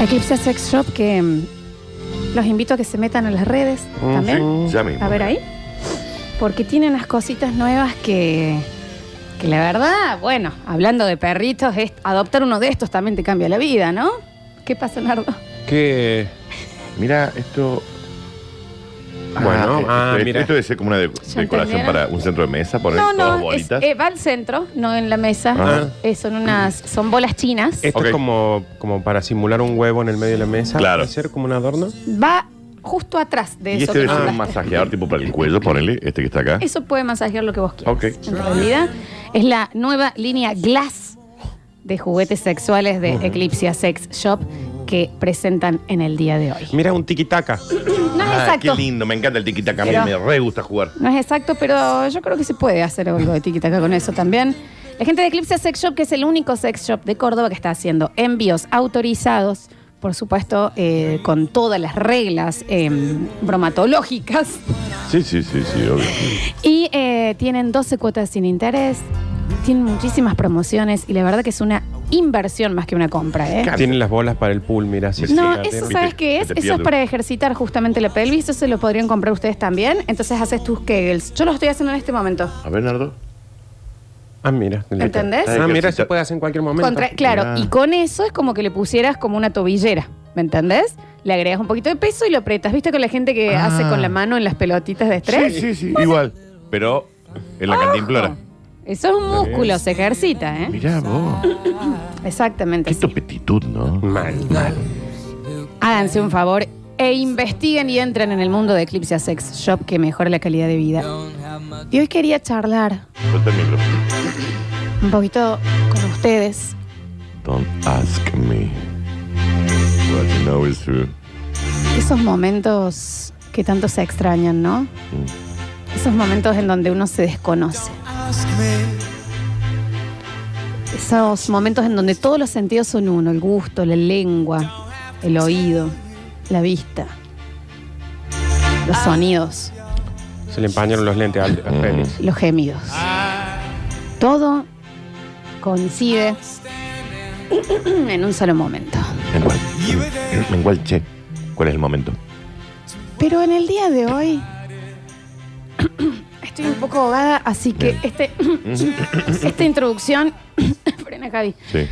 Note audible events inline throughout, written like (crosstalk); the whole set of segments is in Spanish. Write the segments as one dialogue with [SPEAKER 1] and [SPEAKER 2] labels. [SPEAKER 1] Eclipse Sex Shop que mm, los invito a que se metan en las redes
[SPEAKER 2] Mm,
[SPEAKER 1] también.
[SPEAKER 2] sí, ya mismo.
[SPEAKER 1] A ver ahí. Porque tienen las cositas nuevas que, que la verdad, bueno, hablando de perritos, es- adoptar uno de estos también te cambia la vida, ¿no? ¿Qué pasa, Nardo?
[SPEAKER 3] Que.
[SPEAKER 2] Mira, esto.
[SPEAKER 3] Bueno,
[SPEAKER 2] esto,
[SPEAKER 3] ah,
[SPEAKER 2] esto-
[SPEAKER 3] mira.
[SPEAKER 2] eh, esto debe ser como una de-
[SPEAKER 1] Ya
[SPEAKER 2] decoración
[SPEAKER 1] entendieron.
[SPEAKER 2] para un centro de mesa, poner
[SPEAKER 1] no,
[SPEAKER 2] todas
[SPEAKER 1] no, es-
[SPEAKER 2] bolitas. Ah.
[SPEAKER 1] eh, va al centro, no en la mesa.
[SPEAKER 2] Ajá.
[SPEAKER 1] Eh, son unas, son bolas chinas.
[SPEAKER 3] Esto
[SPEAKER 2] Ok.
[SPEAKER 3] es como, como para simular un huevo en el medio de la mesa.
[SPEAKER 2] Claro.
[SPEAKER 3] ¿Puede ser como un adorno?
[SPEAKER 1] Va justo atrás de
[SPEAKER 2] y
[SPEAKER 1] eso.
[SPEAKER 2] este
[SPEAKER 1] que
[SPEAKER 2] debe ser un
[SPEAKER 1] mandaste.
[SPEAKER 2] masajeador tipo para el cuello, ponele, este que está acá.
[SPEAKER 1] Eso puede masajear lo que vos quieras.
[SPEAKER 2] Ok.
[SPEAKER 1] En realidad, es la nueva línea Glass de juguetes sexuales de Eclipsia Sex Shop que presentan en el día de hoy.
[SPEAKER 3] Mira, un tiquitaca.
[SPEAKER 1] No es
[SPEAKER 2] Ah,
[SPEAKER 1] exacto.
[SPEAKER 2] Qué lindo, me encanta el tiquita a mí
[SPEAKER 1] Pero-
[SPEAKER 2] me re gusta jugar.
[SPEAKER 1] No es exacto, pero yo creo que se puede hacer algo de tiquita acá con eso también. La gente de Eclipse Sex Shop, que es el único sex shop de Córdoba que está haciendo envíos autorizados, por supuesto, eh, con todas las reglas em, bromatológicas.
[SPEAKER 2] Sí, sí, sí, sí, obvio.
[SPEAKER 1] Y eh, tienen 12 cuotas sin interés, tienen muchísimas promociones y la verdad que es una inversión más que una compra, ¿eh?
[SPEAKER 2] Claro.
[SPEAKER 3] Tienen las bolas para el pool, mira. así
[SPEAKER 1] No,
[SPEAKER 3] que-
[SPEAKER 1] eso
[SPEAKER 2] viste,
[SPEAKER 1] sabes qué es,
[SPEAKER 2] que te
[SPEAKER 1] eso es
[SPEAKER 2] pierdo.
[SPEAKER 1] para ejercitar justamente la pelvis, eso se lo podrían comprar ustedes también, entonces haces tus kegels. Yo lo estoy haciendo en este momento.
[SPEAKER 2] A ver, Nardo.
[SPEAKER 3] Ah, mira.
[SPEAKER 1] ¿Entendés?
[SPEAKER 3] Ah, mira, se puede hacer en cualquier momento.
[SPEAKER 1] Contra- claro,
[SPEAKER 2] Mirá.
[SPEAKER 1] y con eso es como que le pusieras como una tobillera, ¿me entendés? Le agregas un poquito de peso y lo apretas. ¿Viste con la gente que
[SPEAKER 3] Ah.
[SPEAKER 1] hace con la mano en las pelotitas de estrés?
[SPEAKER 2] Sí, sí, sí, igual. Pero en
[SPEAKER 1] ¡Ah!
[SPEAKER 2] la cantimplora.
[SPEAKER 1] Eso es un músculo, se ejercita, ¿eh?
[SPEAKER 2] Mirá vos.
[SPEAKER 1] Exactamente.
[SPEAKER 2] Qué
[SPEAKER 1] sí.
[SPEAKER 2] topetitud, ¿no?
[SPEAKER 3] Mal, mal.
[SPEAKER 1] Háganse un favor e investiguen y entren en el mundo de Eclipse Sex Shop que mejora la calidad de vida. Y hoy quería charlar
[SPEAKER 2] Suelta el micrófono.
[SPEAKER 1] un poquito con ustedes
[SPEAKER 2] Don't ask me. What you know is true.
[SPEAKER 1] esos momentos que tanto se extrañan, ¿no? Esos momentos en donde uno se desconoce. Esos momentos en donde todos los sentidos son uno, el gusto, la lengua, el oído, la vista, los sonidos.
[SPEAKER 3] Se le empañaron los lentes al, a
[SPEAKER 2] Mm.
[SPEAKER 3] Félix.
[SPEAKER 1] los gemidos. Todo coincide (clears throat) en un solo momento.
[SPEAKER 2] ¿En cuál? ¿En cuál, che? ¿Cuál es el momento?
[SPEAKER 1] Pero en el día de hoy (clears throat) estoy un poco ahogada, así que este, esta introducción... (clears throat) Frena, Javi.
[SPEAKER 2] Sí.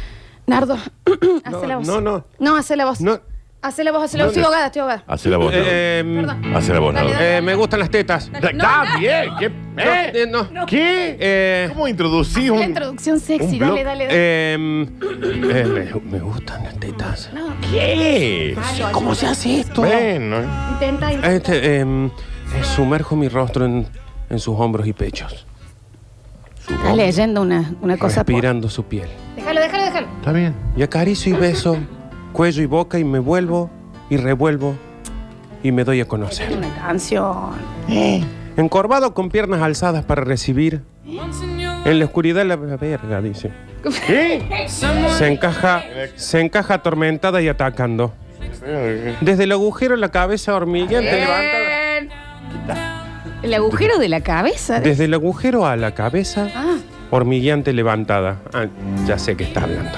[SPEAKER 1] Nardo, (clears throat) hace
[SPEAKER 3] No,
[SPEAKER 1] la voz.
[SPEAKER 3] no, no.
[SPEAKER 1] No, hace la voz.
[SPEAKER 3] No.
[SPEAKER 1] Hace la voz, hace la voz.
[SPEAKER 3] No, Ah,
[SPEAKER 1] Estoy
[SPEAKER 3] no.
[SPEAKER 1] ahogada, estoy ahogada.
[SPEAKER 2] Hace la voz, Nardo.
[SPEAKER 3] Eh,
[SPEAKER 1] Perdón.
[SPEAKER 2] Hace la voz,
[SPEAKER 1] Dale,
[SPEAKER 2] Nardo.
[SPEAKER 1] dale.
[SPEAKER 3] eh, me gustan las tetas.
[SPEAKER 1] Dale.
[SPEAKER 2] Está
[SPEAKER 1] No,
[SPEAKER 2] bien, ¿qué? ¿Eh?
[SPEAKER 3] Eh, no.
[SPEAKER 2] ¿Qué?
[SPEAKER 3] Eh,
[SPEAKER 2] ¿Cómo introducís
[SPEAKER 1] La
[SPEAKER 2] un.?
[SPEAKER 1] introducción sexy,
[SPEAKER 2] un blog,
[SPEAKER 1] dale, dale, dale.
[SPEAKER 3] eh, eh, me, me gustan las tetas.
[SPEAKER 1] No,
[SPEAKER 2] ¿Qué?
[SPEAKER 1] Mario,
[SPEAKER 3] ¿Cómo
[SPEAKER 1] ayúdame.
[SPEAKER 3] se hace esto?
[SPEAKER 2] Bueno,
[SPEAKER 1] Intenta, intenta.
[SPEAKER 3] Este, em, sumerjo mi rostro en, en sus hombros y pechos,
[SPEAKER 1] Estás leyendo una, una cosa. por-
[SPEAKER 3] respirando su piel.
[SPEAKER 1] Déjalo, déjalo, déjalo.
[SPEAKER 2] está bien.
[SPEAKER 3] Y acaricio y beso, cuello y boca, y me vuelvo y revuelvo y me doy a conocer.
[SPEAKER 1] Una canción.
[SPEAKER 3] Encorvado con piernas alzadas para recibir. En la oscuridad la, la verga, dice.
[SPEAKER 2] ¿Qué?
[SPEAKER 3] Se encaja, se encaja atormentada y atacando. Desde el agujero la
[SPEAKER 2] (laughs)
[SPEAKER 3] cabeza hormigueante
[SPEAKER 1] Eh.
[SPEAKER 3] levantada.
[SPEAKER 1] Bien. El agujero de la cabeza.
[SPEAKER 3] Desde el agujero a la cabeza
[SPEAKER 1] Ah,
[SPEAKER 3] Hormigueante levantada. Ah, ya sé que está hablando.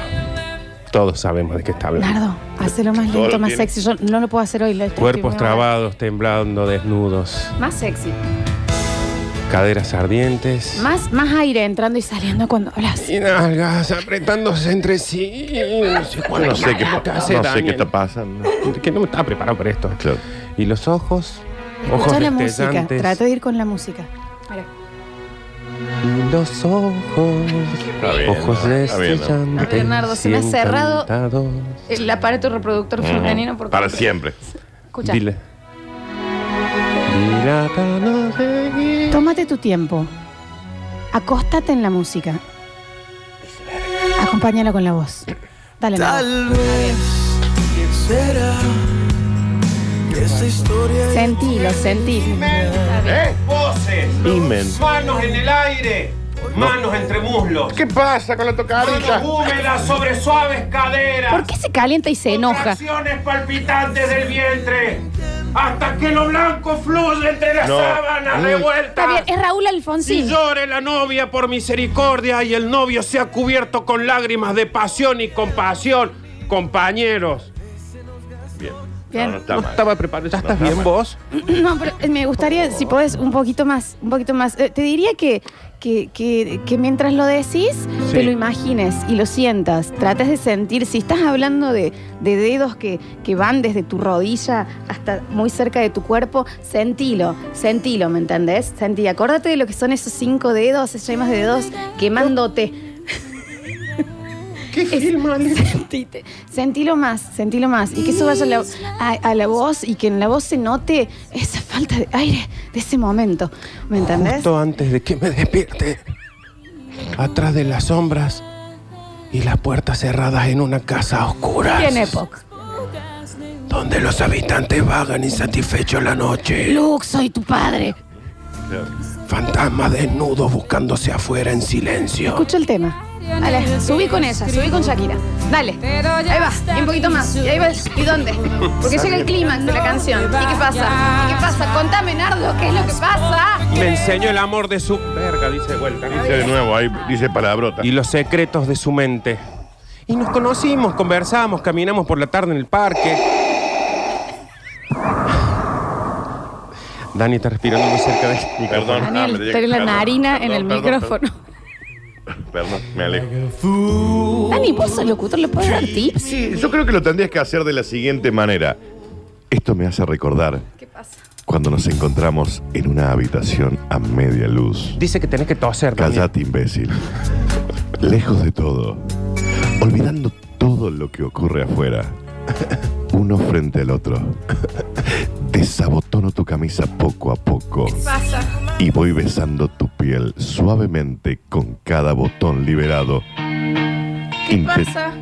[SPEAKER 3] Todos sabemos de qué está hablando.
[SPEAKER 1] Nardo, hacelo más
[SPEAKER 2] Todo
[SPEAKER 1] lento,
[SPEAKER 2] lo
[SPEAKER 1] más
[SPEAKER 2] tiene.
[SPEAKER 1] sexy. Yo no lo puedo hacer hoy. la-
[SPEAKER 3] Cuerpos
[SPEAKER 1] estoy-
[SPEAKER 3] trabados, temblando, desnudos.
[SPEAKER 1] Más sexy.
[SPEAKER 3] Caderas ardientes.
[SPEAKER 1] Más, más aire entrando y saliendo cuando hablas.
[SPEAKER 3] Y nalgas apretándose entre sí. No sé cuál-
[SPEAKER 2] No sé qué,
[SPEAKER 3] te
[SPEAKER 2] no
[SPEAKER 3] hace,
[SPEAKER 2] sé qué
[SPEAKER 3] Daniel.
[SPEAKER 2] está pasando.
[SPEAKER 3] Que no está preparado para esto.
[SPEAKER 2] Claro.
[SPEAKER 3] Y los ojos. Ojos
[SPEAKER 1] Escucha la música.
[SPEAKER 3] destellantes.
[SPEAKER 1] Trata de ir con la música. Mira.
[SPEAKER 3] Y los ojos.
[SPEAKER 2] Está bien,
[SPEAKER 3] ojos
[SPEAKER 2] está bien, ¿no?
[SPEAKER 3] destellantes.
[SPEAKER 1] Leonardo, se me ha
[SPEAKER 3] y
[SPEAKER 1] cerrado-
[SPEAKER 3] encantados.
[SPEAKER 1] El aparato reproductor femenino. Por
[SPEAKER 2] Mm, Para
[SPEAKER 1] completo.
[SPEAKER 2] siempre.
[SPEAKER 1] Escucha.
[SPEAKER 3] Dile. Dilátanos en-
[SPEAKER 1] Tómate tu tiempo. Acóstate en la música. Acompáñala con la voz. Dale, Nardo.
[SPEAKER 4] Tal vez será que esta historia
[SPEAKER 1] Sentilo, sentilo.
[SPEAKER 2] Imen.
[SPEAKER 5] ¿Eh? Manos en el aire, manos entre muslos,
[SPEAKER 2] ¿Qué pasa con la tocadita?
[SPEAKER 5] manos húmedas sobre suaves caderas,
[SPEAKER 1] ¿Por qué se calienta y se enoja?
[SPEAKER 5] acciones palpitantes del vientre, hasta que lo blanco fluye entre las
[SPEAKER 2] No.
[SPEAKER 5] sábanas
[SPEAKER 2] Mm.
[SPEAKER 1] Está bien,
[SPEAKER 5] revueltas.
[SPEAKER 1] es Raúl Alfonsín.
[SPEAKER 5] Y llore la novia por misericordia y el novio sea cubierto con lágrimas de pasión y compasión, compañeros.
[SPEAKER 1] Bien.
[SPEAKER 6] No, no está
[SPEAKER 3] no
[SPEAKER 6] mal.
[SPEAKER 3] estaba preparado. ¿Ya
[SPEAKER 6] No
[SPEAKER 3] estás
[SPEAKER 6] está
[SPEAKER 3] bien
[SPEAKER 6] mal.
[SPEAKER 3] vos?
[SPEAKER 1] (laughs) No, pero eh, me gustaría, si podés, un poquito más, un poquito más. Eh, te diría que, que, que- que mientras lo decís,
[SPEAKER 3] Sí.
[SPEAKER 1] te lo imagines y lo sientas. Trates de sentir, si estás hablando de, de dedos que, que van desde tu rodilla hasta muy cerca de tu cuerpo, sentilo, sentilo, ¿me entendés? Sentí, acordate de lo que son esos cinco dedos, esas llamas de dedos quemándote.
[SPEAKER 3] ¿Qué
[SPEAKER 1] Es- sentite- sentilo más, sentilo más. Y que eso vaya a la, a- a la voz y que en la voz se note esa falta de aire de ese momento. ¿Me entendés?
[SPEAKER 3] Justo antes de que me despierte, atrás de las sombras y las puertas cerradas en una casa oscura.
[SPEAKER 1] Bien época.
[SPEAKER 3] Donde los habitantes vagan insatisfechos la noche.
[SPEAKER 1] Luke, soy tu padre.
[SPEAKER 3] Fantasmas desnudos buscándose afuera en silencio.
[SPEAKER 1] Escucha el tema. Dale, subí con ella, subí con Shakira. Dale. Ahí va, y un poquito más. Y ahí va, ¿y dónde? Porque llega el clímax de la canción. ¿Y qué pasa? ¿Y qué pasa? Contame, Nardo, ¿qué es lo que
[SPEAKER 6] Ah,
[SPEAKER 1] pasa?
[SPEAKER 3] Me enseñó el amor de su... Verga, dice de vuelta.
[SPEAKER 6] Dice de nuevo, ahí dice palabrota.
[SPEAKER 3] y los secretos de su mente. Y nos conocimos, conversamos, caminamos por la tarde en el parque. Dani está respirando muy cerca de este
[SPEAKER 6] Perdón. Ah, me
[SPEAKER 1] Daniel, tenés
[SPEAKER 6] tenía que-
[SPEAKER 1] la
[SPEAKER 6] perdón,
[SPEAKER 1] narina en
[SPEAKER 6] perdón,
[SPEAKER 1] el
[SPEAKER 6] perdón,
[SPEAKER 1] micrófono.
[SPEAKER 6] Perdón, me alejo.
[SPEAKER 1] Dani, vos sos locutor, ¿le puedes dar tips?
[SPEAKER 6] Sí, yo creo que lo tendrías que hacer de la siguiente manera. Esto me hace recordar
[SPEAKER 1] ¿Qué pasa?
[SPEAKER 6] cuando nos encontramos en una habitación a media luz.
[SPEAKER 3] Dice que tenés que toser, Daniel.
[SPEAKER 6] Callate, imbécil. Lejos de todo, olvidando todo lo que ocurre afuera, uno frente al otro. Desabotono tu camisa poco a poco
[SPEAKER 1] Pasa.
[SPEAKER 6] y voy besando tu piel suavemente con cada botón liberado.
[SPEAKER 1] ¿Qué
[SPEAKER 6] Inte-
[SPEAKER 1] pasa?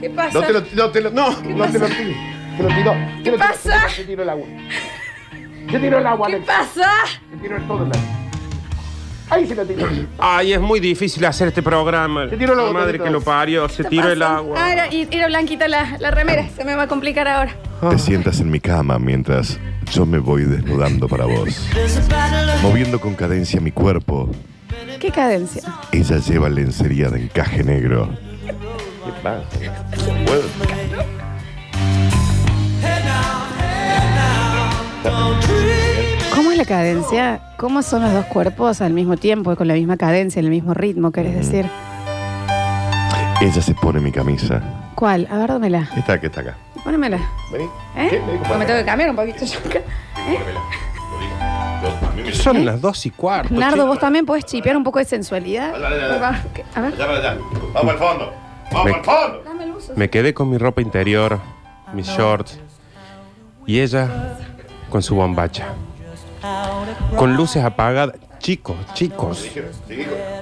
[SPEAKER 1] ¿Qué pasa?
[SPEAKER 6] No te lo, no te lo, no, no te lo tiro. Te lo tiro. Te lo tiro.
[SPEAKER 1] pasa?
[SPEAKER 6] Te tiro el agua. Te tiro el agua,
[SPEAKER 1] ¿Qué
[SPEAKER 6] Alex.
[SPEAKER 1] pasa?
[SPEAKER 6] Te tiro el todo el agua. Ahí se lo tiro.
[SPEAKER 3] Ay, es muy difícil hacer este programa.
[SPEAKER 6] Se tiró la
[SPEAKER 3] La madre
[SPEAKER 6] botellita.
[SPEAKER 3] que lo parió, se
[SPEAKER 1] ¿Qué
[SPEAKER 3] tiró el
[SPEAKER 1] pasa?
[SPEAKER 3] agua.
[SPEAKER 1] Ah, era, y- era blanquita la, la remera. Se me va a complicar ahora.
[SPEAKER 6] Te sientas en mi cama mientras yo me voy desnudando para vos. Moviendo con cadencia mi cuerpo,
[SPEAKER 1] ¿Qué cadencia?
[SPEAKER 6] ella lleva lencería de encaje negro. ¿Qué pasa?
[SPEAKER 1] ¿Cómo es la cadencia? ¿Cómo son los dos cuerpos al mismo tiempo, con la misma cadencia, en el mismo ritmo, querés decir?
[SPEAKER 6] Ella se pone mi camisa.
[SPEAKER 1] ¿Cuál? A ver, dámela.
[SPEAKER 6] Esta que está acá.
[SPEAKER 1] Pónemela.
[SPEAKER 6] Vení.
[SPEAKER 1] ¿Eh?
[SPEAKER 6] Vení,
[SPEAKER 1] ¿O me
[SPEAKER 6] compadre.
[SPEAKER 1] tengo que cambiar un poquito yo acá?
[SPEAKER 6] Yo- a mí me-
[SPEAKER 3] Son las dos y cuarto.
[SPEAKER 1] ¿eh? Nardo,
[SPEAKER 3] chicos.
[SPEAKER 1] vos también podés chipear un poco de sensualidad.
[SPEAKER 6] Pues Dale, dale, dale.
[SPEAKER 1] Por favor, que- A ver.
[SPEAKER 6] Allá para allá. Vamos al fondo. Vamos
[SPEAKER 3] Me-
[SPEAKER 6] al fondo.
[SPEAKER 1] Dame el uso.
[SPEAKER 3] Me quedé con mi ropa interior, mis shorts y ella con su bombacha. Con luces apagadas, chicos, chicos.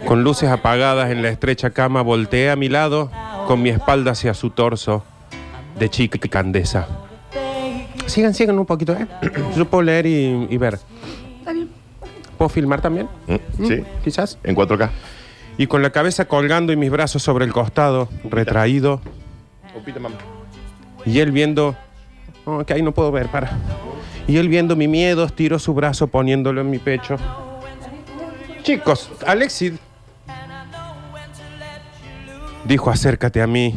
[SPEAKER 3] Con luces apagadas en la estrecha cama, volteé a mi lado, con mi espalda hacia su torso, de chica que candesa. Sigan, sigan un poquito, ¿eh? (clears throat) Yo puedo leer y, y ver.
[SPEAKER 1] Está bien.
[SPEAKER 3] ¿Puedo filmar también?
[SPEAKER 6] ¿Mm? Sí.
[SPEAKER 3] Quizás.
[SPEAKER 6] En 4K.
[SPEAKER 3] Y con la cabeza colgando y mis brazos sobre el costado, retraído,
[SPEAKER 6] Opita, mamá.
[SPEAKER 3] Y él viendo. Oh, que ahí no puedo ver, para. Y él viendo mi miedo, estiró su brazo poniéndolo en mi pecho. Chicos, Alexis. Dijo, acércate a mí.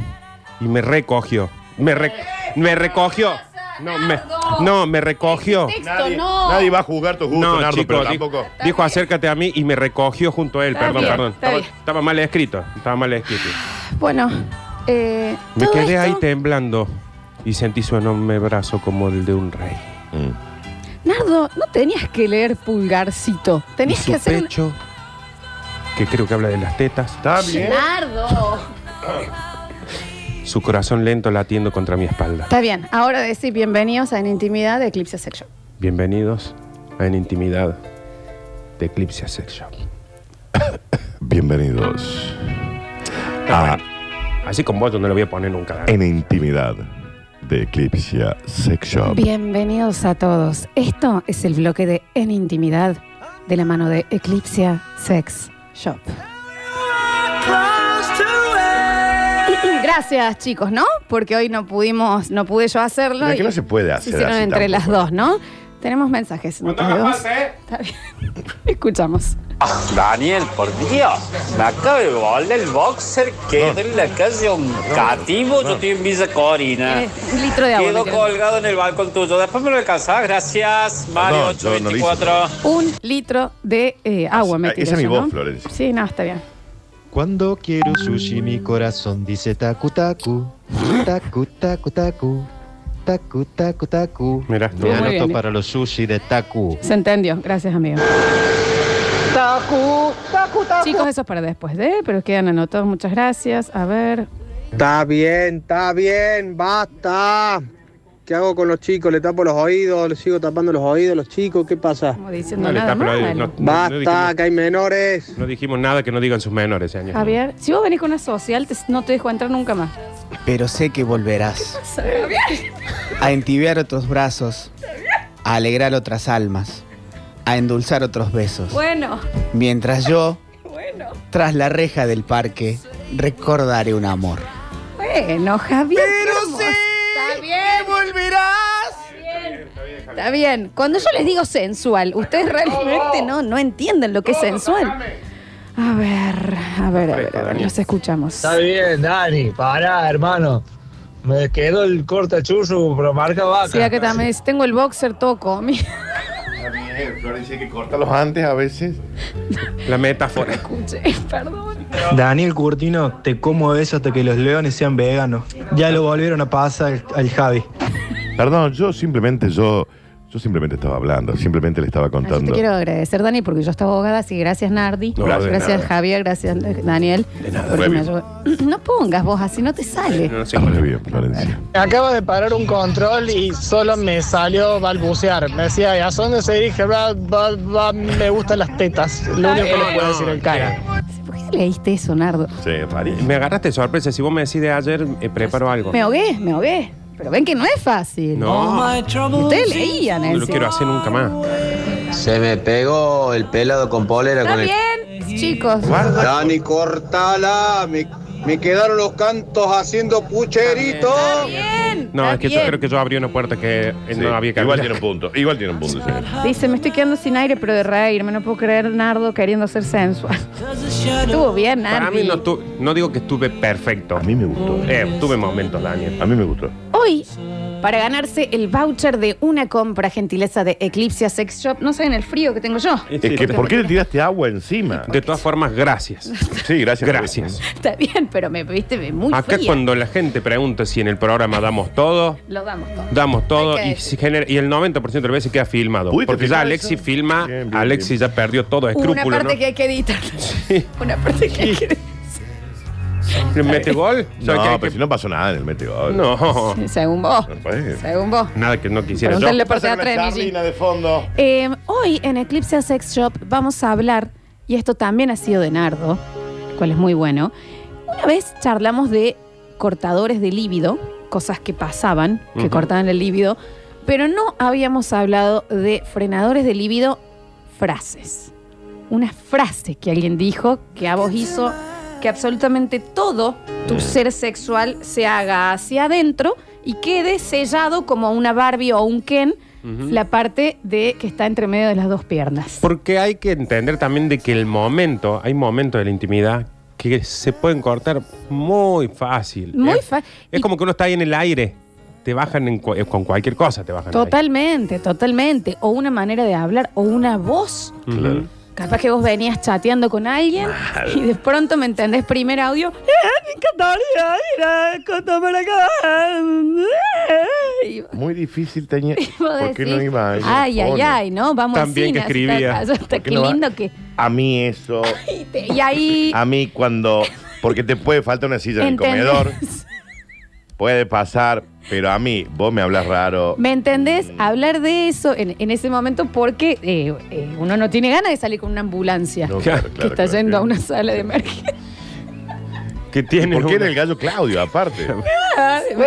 [SPEAKER 3] Y me recogió. Me, re- me recogió. No, me, no, me recogió.
[SPEAKER 1] Texto,
[SPEAKER 6] Nadie,
[SPEAKER 1] no.
[SPEAKER 6] nadie va a juzgar tus gustos,
[SPEAKER 3] No,
[SPEAKER 6] Nardo,
[SPEAKER 3] chico,
[SPEAKER 6] pero
[SPEAKER 3] di-
[SPEAKER 6] tampoco.
[SPEAKER 3] dijo, acércate a mí y me recogió junto a él.
[SPEAKER 1] Está
[SPEAKER 3] perdón,
[SPEAKER 1] bien,
[SPEAKER 3] perdón.
[SPEAKER 1] está
[SPEAKER 3] Estaba,
[SPEAKER 1] bien.
[SPEAKER 3] estaba mal escrito. Estaba mal escrito.
[SPEAKER 1] Bueno, eh,
[SPEAKER 3] Me
[SPEAKER 1] todo
[SPEAKER 3] quedé
[SPEAKER 1] esto-
[SPEAKER 3] ahí temblando y sentí su enorme brazo como el de un rey.
[SPEAKER 6] Mm.
[SPEAKER 1] Nardo, no tenías que leer pulgarcito.
[SPEAKER 3] Y
[SPEAKER 1] Tenías
[SPEAKER 3] su
[SPEAKER 1] que hacer un...
[SPEAKER 3] pecho, que creo que habla de las tetas,
[SPEAKER 6] Está bien.
[SPEAKER 1] Nardo.
[SPEAKER 3] su corazón lento latiendo contra mi espalda.
[SPEAKER 1] Está bien, ahora decir bienvenidos a En Intimidad de Eclipse Section.
[SPEAKER 3] Bienvenidos a En Intimidad de Eclipse Sex Shop.
[SPEAKER 6] Bienvenidos
[SPEAKER 3] Está
[SPEAKER 6] a
[SPEAKER 3] bueno. Así con vos yo no lo voy a poner nunca. Dani.
[SPEAKER 6] En Intimidad de Eclipsia Sex Shop.
[SPEAKER 1] Bienvenidos a todos. Esto es el bloque de En Intimidad de la mano de Eclipse Sex Shop. (coughs) Gracias, chicos, ¿no? Porque hoy no pudimos, no pude yo hacerlo.
[SPEAKER 6] Mira que
[SPEAKER 1] y
[SPEAKER 6] no se puede
[SPEAKER 1] se
[SPEAKER 6] hacer
[SPEAKER 1] hicieron
[SPEAKER 6] así
[SPEAKER 1] entre las
[SPEAKER 6] tampoco.
[SPEAKER 1] dos, ¿no? Tenemos mensajes.
[SPEAKER 5] Cuando
[SPEAKER 1] notas de
[SPEAKER 5] haga
[SPEAKER 1] voz.
[SPEAKER 5] falta, ¿eh?
[SPEAKER 1] Está bien. (laughs) Escuchamos.
[SPEAKER 7] Daniel, por Dios, me acaba de volver el boxer, quedó en la calle un cativo, yo estoy en Villa Corina.
[SPEAKER 1] Eh, un litro de agua.
[SPEAKER 7] Quedó
[SPEAKER 1] me quedo.
[SPEAKER 7] colgado en el balcón tuyo, después me lo alcanzás, gracias, Mario
[SPEAKER 6] No, yo no lo hice.
[SPEAKER 7] 824.
[SPEAKER 1] Un litro de eh, agua me
[SPEAKER 6] Ah, esa
[SPEAKER 1] tiré
[SPEAKER 6] es mi
[SPEAKER 1] yo,
[SPEAKER 6] voz,
[SPEAKER 1] ¿no?
[SPEAKER 6] Florencia.
[SPEAKER 1] Sí, no, está bien.
[SPEAKER 8] Cuando quiero sushi, mi corazón dice tacu tacu, tacu tacu tacu, tacu tacu tacu.
[SPEAKER 3] Mirá.
[SPEAKER 8] Me
[SPEAKER 1] Muy
[SPEAKER 8] anoto
[SPEAKER 1] bien.
[SPEAKER 8] para los sushi de tacu.
[SPEAKER 1] Se entendió. Gracias, amigo.
[SPEAKER 9] Tacu, tacu, tacu.
[SPEAKER 1] Chicos, eso es para después de, pero quedan anotados. Muchas gracias. A ver.
[SPEAKER 9] Está bien, está bien, basta. ¿Qué hago con los chicos? ¿Le tapo los oídos? ¿Le sigo tapando los oídos a los chicos? ¿Qué pasa?
[SPEAKER 1] Como diciendo
[SPEAKER 3] No le
[SPEAKER 1] nada
[SPEAKER 3] tapa la-
[SPEAKER 1] malo.
[SPEAKER 3] no- no- no
[SPEAKER 9] Basta,
[SPEAKER 3] dijimos-
[SPEAKER 9] que hay menores.
[SPEAKER 3] No dijimos nada que no digan sus menores, señor.
[SPEAKER 1] Javier, si vos venís con una social, te- no te dejo entrar nunca más.
[SPEAKER 10] Pero sé que volverás a entibiar otros brazos, a alegrar otras almas, a endulzar otros besos.
[SPEAKER 1] Bueno,
[SPEAKER 10] Mientras yo,
[SPEAKER 1] bueno.
[SPEAKER 10] tras la reja del parque, recordaré un amor.
[SPEAKER 1] Bueno, Javier. Pero Está bien,
[SPEAKER 10] volverás!
[SPEAKER 1] está bien. Cuando yo les digo sensual, ustedes realmente no, no entienden lo que es sensual. A ver, a ver, a ver, a ver, los escuchamos.
[SPEAKER 11] Está bien, Dani, pará, hermano. Me quedó el corta chuzo, pero marca vaca.
[SPEAKER 1] Sí, acá también dice, tengo el boxer todo comido.
[SPEAKER 6] Bien, Florencia, que cortarlos antes a veces.
[SPEAKER 3] La metáfora.
[SPEAKER 1] Escuché, perdón.
[SPEAKER 11] Daniel Curtino, te como eso hasta que los leones sean veganos. Ya lo volvieron a pasar al, al Javi.
[SPEAKER 6] Perdón, yo simplemente, yo, yo simplemente estaba hablando, simplemente le estaba
[SPEAKER 1] Ah, yo te
[SPEAKER 6] contando.
[SPEAKER 1] quiero agradecer, Dani, porque yo estaba abogada, así que gracias, Nardi.
[SPEAKER 3] No, de
[SPEAKER 1] gracias,
[SPEAKER 6] nada.
[SPEAKER 1] Javier. Gracias, Daniel. Porque me ayudó. (clears throat) No pongas vos así, no te sale.
[SPEAKER 3] No, no sé.
[SPEAKER 6] Ahora bien, Florencia.
[SPEAKER 11] Me acabo de parar un control y solo me salió balbucear. Me decía, ¿a dónde se dirige? me gustan las tetas. Lo único que le puedo decir el cara.
[SPEAKER 1] ¿Por qué leíste eso, Nardo?
[SPEAKER 6] Sí, rarísimo.
[SPEAKER 3] Me agarraste de sorpresa. Si vos me decís de ayer, eh, preparo algo.
[SPEAKER 1] Me ahogué, me ahogué. Pero ven que no es fácil.
[SPEAKER 3] No, no
[SPEAKER 1] Ustedes leían ¿eh? eso.
[SPEAKER 3] lo quiero hacer nunca más.
[SPEAKER 8] Se me pegó el pelado con polera
[SPEAKER 1] Está bien, chicos.
[SPEAKER 9] Dani, cortala. Me, me quedaron los cantos haciendo pucherito.
[SPEAKER 1] Bien,
[SPEAKER 3] No,
[SPEAKER 1] está
[SPEAKER 3] es que
[SPEAKER 1] bien.
[SPEAKER 3] yo creo que yo abrí una puerta que eh,
[SPEAKER 6] Sí,
[SPEAKER 3] no había que
[SPEAKER 6] igual
[SPEAKER 3] abrir.
[SPEAKER 6] tiene un punto, igual tiene un punto, señor.
[SPEAKER 1] Dice, me estoy quedando sin aire, pero de reírme. No puedo creer Nardo queriendo ser sensual. Estuvo bien,
[SPEAKER 3] Para
[SPEAKER 1] Nardi.
[SPEAKER 3] mí no, tu- no digo que estuve perfecto.
[SPEAKER 6] A mí me gustó.
[SPEAKER 3] Eh, tuve momentos, Daniel.
[SPEAKER 6] A mí me gustó.
[SPEAKER 1] Hoy, para ganarse el voucher de una compra gentileza de Eclipse Sex Shop, no saben el frío que tengo yo.
[SPEAKER 6] Es que, ¿por qué le tiraste agua encima?
[SPEAKER 3] De todas formas,
[SPEAKER 1] (laughs)
[SPEAKER 3] gracias.
[SPEAKER 6] Sí, gracias.
[SPEAKER 3] Gracias.
[SPEAKER 1] Está bien, pero me viste muy
[SPEAKER 3] Acá
[SPEAKER 1] fría.
[SPEAKER 3] cuando la gente pregunta si en el programa damos todo,
[SPEAKER 1] Lo damos todo.
[SPEAKER 3] damos todo
[SPEAKER 1] Hay que
[SPEAKER 3] y,
[SPEAKER 1] decir.
[SPEAKER 3] si genera- y el 90% de las veces queda filmado.
[SPEAKER 6] ¿Pudiste
[SPEAKER 3] Porque ya
[SPEAKER 6] filmar
[SPEAKER 3] Alexi
[SPEAKER 6] eso?
[SPEAKER 3] filma,
[SPEAKER 6] Bien, bien,
[SPEAKER 3] Alexi ya perdió todo
[SPEAKER 1] Una
[SPEAKER 3] escrúpulo,
[SPEAKER 1] parte
[SPEAKER 3] ¿no?
[SPEAKER 1] que hay que editar. (laughs) Una parte que hay que editar.
[SPEAKER 3] ¿Le ¿Mete gol?
[SPEAKER 6] (laughs) No,
[SPEAKER 3] ¿Sabe que hay que-
[SPEAKER 6] pero si no pasó nada en el meteoro.
[SPEAKER 3] No.
[SPEAKER 1] Según vos.
[SPEAKER 6] No puede.
[SPEAKER 1] Según vos.
[SPEAKER 3] Nada que no quisiera yo.
[SPEAKER 1] Pregúntale por
[SPEAKER 6] Pasa con
[SPEAKER 1] teatro de
[SPEAKER 6] la
[SPEAKER 1] Medellín.
[SPEAKER 6] charlina de fondo.
[SPEAKER 1] Eh, hoy en Eclipse Sex Shop vamos a hablar, y esto también ha sido de Nardo, lo cual es muy bueno. Una vez charlamos de cortadores de líbido, cosas que pasaban, que
[SPEAKER 3] Ujú.
[SPEAKER 1] cortaban el líbido, pero no habíamos hablado de frenadores de líbido, frases. Una frase que alguien dijo que a vos hizo que absolutamente todo tu ser sexual se haga hacia adentro y quede sellado como una Barbie o un Ken, la parte de que está entre medio de las dos piernas.
[SPEAKER 3] Porque hay que entender también de que el momento, hay momentos de la intimidad que se pueden cortar muy fácil. ¿Eh?
[SPEAKER 1] Muy
[SPEAKER 3] Es-
[SPEAKER 1] fácil.
[SPEAKER 3] Es como que uno está ahí en el aire. Te bajan en cu- eh, con cualquier cosa, te bajan.
[SPEAKER 1] Totalmente, totalmente. O una manera de hablar o una voz.
[SPEAKER 3] ahí. Ujú.
[SPEAKER 1] Capaz que vos venías chateando con alguien y de pronto me entendés primer audio. "Eh, Y vos
[SPEAKER 6] Muy
[SPEAKER 1] (laughs)
[SPEAKER 6] difícil tenía. ¿Por qué
[SPEAKER 1] decís,
[SPEAKER 6] no iba a
[SPEAKER 1] Ay, ay, ay, no, vamos
[SPEAKER 3] También que
[SPEAKER 1] así,
[SPEAKER 3] escribía.
[SPEAKER 1] hasta- hasta
[SPEAKER 6] ¿Por
[SPEAKER 1] Qué
[SPEAKER 6] qué no va? Ah.
[SPEAKER 1] lindo que.
[SPEAKER 6] A mí eso,
[SPEAKER 1] Y, te- y ahí.
[SPEAKER 6] a mí cuando... Porque te puede faltar una silla en el
[SPEAKER 1] ¿entendés?
[SPEAKER 6] comedor, puede pasar, pero a mí, vos me hablas raro.
[SPEAKER 1] ¿Me entendés? Hablar de eso en, en ese momento porque eh, eh, uno no tiene ganas de salir con una ambulancia
[SPEAKER 6] No,
[SPEAKER 1] que
[SPEAKER 6] claro, claro,
[SPEAKER 1] está
[SPEAKER 6] claro,
[SPEAKER 1] yendo
[SPEAKER 6] sí.
[SPEAKER 1] a una sala de emergencia.
[SPEAKER 3] Que tiene
[SPEAKER 6] ¿Por qué
[SPEAKER 3] una-
[SPEAKER 6] era el gallo
[SPEAKER 1] (laughs)
[SPEAKER 6] Claudio, aparte?
[SPEAKER 1] Bueno,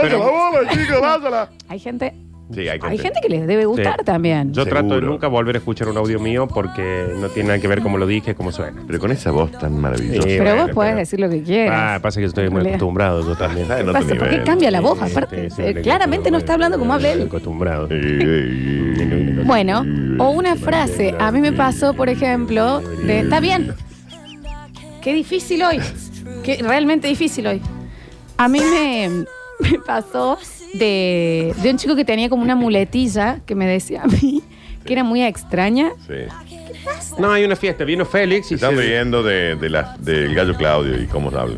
[SPEAKER 6] Pero vámonos, chicos, vámonos.
[SPEAKER 1] hay gente,
[SPEAKER 6] Sí, hay que...
[SPEAKER 1] hay gente que les debe gustar
[SPEAKER 3] Sí.
[SPEAKER 1] también.
[SPEAKER 3] Yo trato de
[SPEAKER 6] Seguro.
[SPEAKER 3] nunca volver a escuchar un audio mío porque no tiene nada que ver cómo lo dije, cómo suena.
[SPEAKER 6] Pero con esa voz tan maravillosa.
[SPEAKER 3] Sí,
[SPEAKER 1] pero
[SPEAKER 3] bueno,
[SPEAKER 1] vos podés decir lo que quieras.
[SPEAKER 3] Ah, pasa que estoy muy
[SPEAKER 1] Olea.
[SPEAKER 3] acostumbrado yo también.
[SPEAKER 6] Está en otro
[SPEAKER 1] pasa? ¿Por qué
[SPEAKER 6] nivel.
[SPEAKER 1] cambia la voz? Aparte,
[SPEAKER 3] Sí, sí,
[SPEAKER 1] eh,
[SPEAKER 3] sí,
[SPEAKER 1] claramente no está hablando como habla él.
[SPEAKER 3] Acostumbrado.
[SPEAKER 6] Ey, ey, ey.
[SPEAKER 1] Bueno, o una frase. A mí me pasó, por ejemplo, de está bien. Qué difícil hoy. Qué realmente difícil hoy. A mí me, (laughs) me pasó de, de un chico que tenía como una muletilla que me decía a mí que era muy extraña.
[SPEAKER 6] Sí.
[SPEAKER 3] No, hay una fiesta. Vino Félix y
[SPEAKER 6] Se están
[SPEAKER 3] se-
[SPEAKER 6] riendo de, de la- del gallo Claudio y cómo se habla.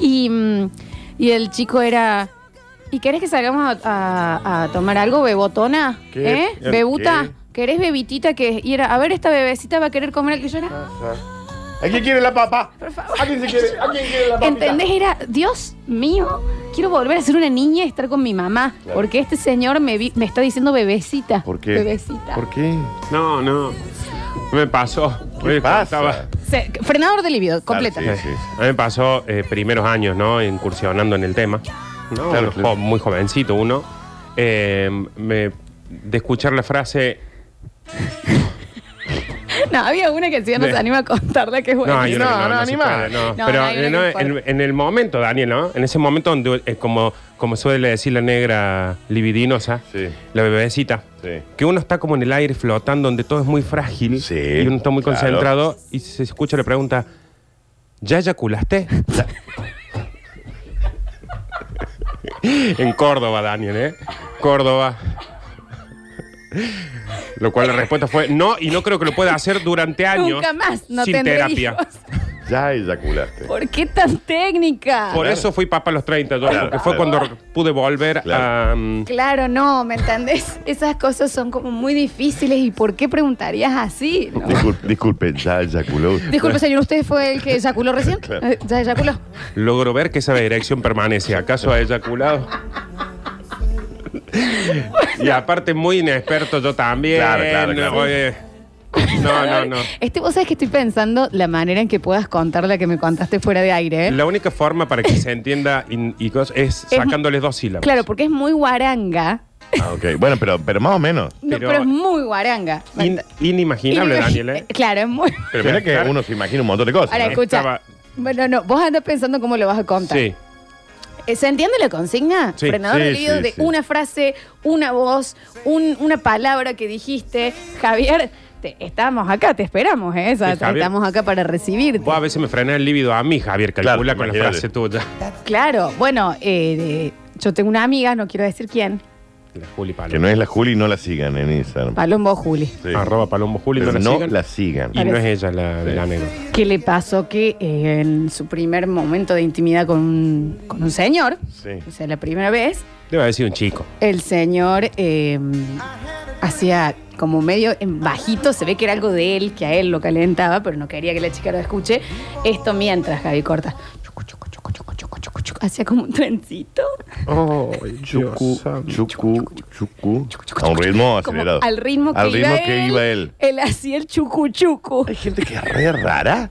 [SPEAKER 1] Y, mm, y el chico era. ¿Y querés que salgamos a, a- a tomar algo, bebotona?
[SPEAKER 6] ¿Qué?
[SPEAKER 1] ¿Eh?
[SPEAKER 6] ¿Qué?
[SPEAKER 1] ¿Bebuta? ¿Querés bebitita? Que, y era, a ver, esta bebecita va a querer comer el que yo
[SPEAKER 6] Ah,
[SPEAKER 1] era.
[SPEAKER 6] ¿A quién quiere la papa?
[SPEAKER 1] ¿A quién quiere? ¿Entendés? Era, Dios mío, quiero volver a ser una niña y estar con mi mamá. Porque este señor me, vi- me está diciendo bebecita.
[SPEAKER 6] ¿Por
[SPEAKER 3] qué?
[SPEAKER 1] Bebecita.
[SPEAKER 6] ¿Por qué?
[SPEAKER 3] No, no. Me pasó. Me pasaba.
[SPEAKER 1] Se- frenador de
[SPEAKER 6] Ah,
[SPEAKER 1] libido, completa.
[SPEAKER 3] A mí me pasó eh, primeros años, ¿no? Incursionando en el tema. ¿no?
[SPEAKER 6] Claro,
[SPEAKER 3] Un
[SPEAKER 6] claro.
[SPEAKER 3] jo- Muy jovencito uno. Eh, me- de escuchar la frase.
[SPEAKER 1] (laughs) No, había una que si no
[SPEAKER 3] Me-
[SPEAKER 1] se anima a contarla que es buena.
[SPEAKER 3] No, hay una que no, no se puede, no. Pero
[SPEAKER 1] hay una
[SPEAKER 3] eh,
[SPEAKER 1] que
[SPEAKER 3] no,
[SPEAKER 1] es fuerte.
[SPEAKER 3] en, en el momento, Daniel, ¿no? En ese momento donde, eh, como, como suele decir la negra libidinosa, la bebecita, que uno está como en el aire flotando, donde todo es muy frágil y uno está muy
[SPEAKER 6] claro.
[SPEAKER 3] concentrado y se escucha la pregunta, ¿ya eyaculaste? en Córdoba, Daniel, ¿eh? Córdoba. Lo cual la respuesta fue no, y no creo que lo pueda hacer durante años.
[SPEAKER 1] Nunca más, no
[SPEAKER 3] sin
[SPEAKER 1] tendré
[SPEAKER 3] terapia.
[SPEAKER 1] hijos. (laughs)
[SPEAKER 6] Ya eyaculaste.
[SPEAKER 1] ¿Por qué tan técnica?
[SPEAKER 3] Por eso fui papá a los 30, yo, porque fue cuando pude volver a... um,
[SPEAKER 1] Claro, no, ¿me entendés? Esas cosas son como muy difíciles y ¿por qué preguntarías así? No.
[SPEAKER 6] Disculpe, disculpe, ya eyaculó.
[SPEAKER 1] Disculpe, señor, ¿usted fue el que eyaculó recién?
[SPEAKER 3] (laughs) Claro.
[SPEAKER 1] Eh, ¿Ya eyaculó?
[SPEAKER 3] Logro ver que esa dirección permanece. ¿Acaso ha eyaculado? y aparte, muy inexperto yo también.
[SPEAKER 6] Claro, claro, claro.
[SPEAKER 3] Oye, No, no, no.
[SPEAKER 1] Este, vos sabés que estoy pensando la manera en que puedas contar la que me contaste fuera de aire, ¿eh?
[SPEAKER 3] La única forma para que se entienda in- y cos- es sacándoles dos sílabas.
[SPEAKER 1] Claro, porque es muy guaranga,
[SPEAKER 6] Ah, ok. Bueno, pero, pero más o menos.
[SPEAKER 1] no, pero, es muy guaranga.
[SPEAKER 3] in- inimaginable,
[SPEAKER 1] Inimagi-
[SPEAKER 3] Daniel, ¿eh?
[SPEAKER 1] (laughs) Claro, es muy...
[SPEAKER 6] Pero mira que uno se imagina un montón de cosas.
[SPEAKER 1] Ahora,
[SPEAKER 6] ¿no?
[SPEAKER 1] escucha. Bueno, no, vos andas pensando cómo lo vas a contar.
[SPEAKER 6] Sí.
[SPEAKER 1] Eh, ¿Se entiende la consigna?
[SPEAKER 6] Sí,
[SPEAKER 1] Frenador
[SPEAKER 6] sí,
[SPEAKER 1] de lío
[SPEAKER 6] sí,
[SPEAKER 1] de
[SPEAKER 6] sí.
[SPEAKER 1] una frase, una voz, un- una palabra que dijiste. Javier, te- estamos acá, te esperamos, ¿eh? O sea,
[SPEAKER 3] Sí, Javier.
[SPEAKER 1] estamos acá para recibirte.
[SPEAKER 3] Vos a veces me frenás el líbido a mí, Javier, calcula con la
[SPEAKER 6] imagínate.
[SPEAKER 3] frase tuya.
[SPEAKER 1] Claro, bueno, eh, eh, yo tengo una amiga, no quiero decir quién,
[SPEAKER 6] Que no es la Juli, no la sigan en Instagram.
[SPEAKER 1] Palombo Juli,
[SPEAKER 6] Sí.
[SPEAKER 3] Arroba Palombo Juli,
[SPEAKER 6] Pero
[SPEAKER 3] no la sigan.
[SPEAKER 6] sigan.
[SPEAKER 3] Y no es ella la, la negra.
[SPEAKER 1] que le pasó que eh, en su primer momento de intimidad con un, con un señor,
[SPEAKER 3] Sí.
[SPEAKER 1] o sea, la primera vez,
[SPEAKER 3] Debe haber sido un chico.
[SPEAKER 1] el señor eh, hacía como medio en bajito, se ve que era algo de él, que a él lo calentaba, pero no quería que la chica lo escuche. Esto mientras Javi corta. Chucu, chucu, chucu, chucu, chucu, chucu, chucu. Hacía como un trencito.
[SPEAKER 6] Chucu, chucu, chucu. A un ritmo
[SPEAKER 1] como
[SPEAKER 6] acelerado.
[SPEAKER 1] al ritmo que,
[SPEAKER 6] Al
[SPEAKER 1] iba,
[SPEAKER 6] ritmo
[SPEAKER 1] él,
[SPEAKER 6] que iba él.
[SPEAKER 1] Él hacía el chucu chucu.
[SPEAKER 6] Hay gente que re rara.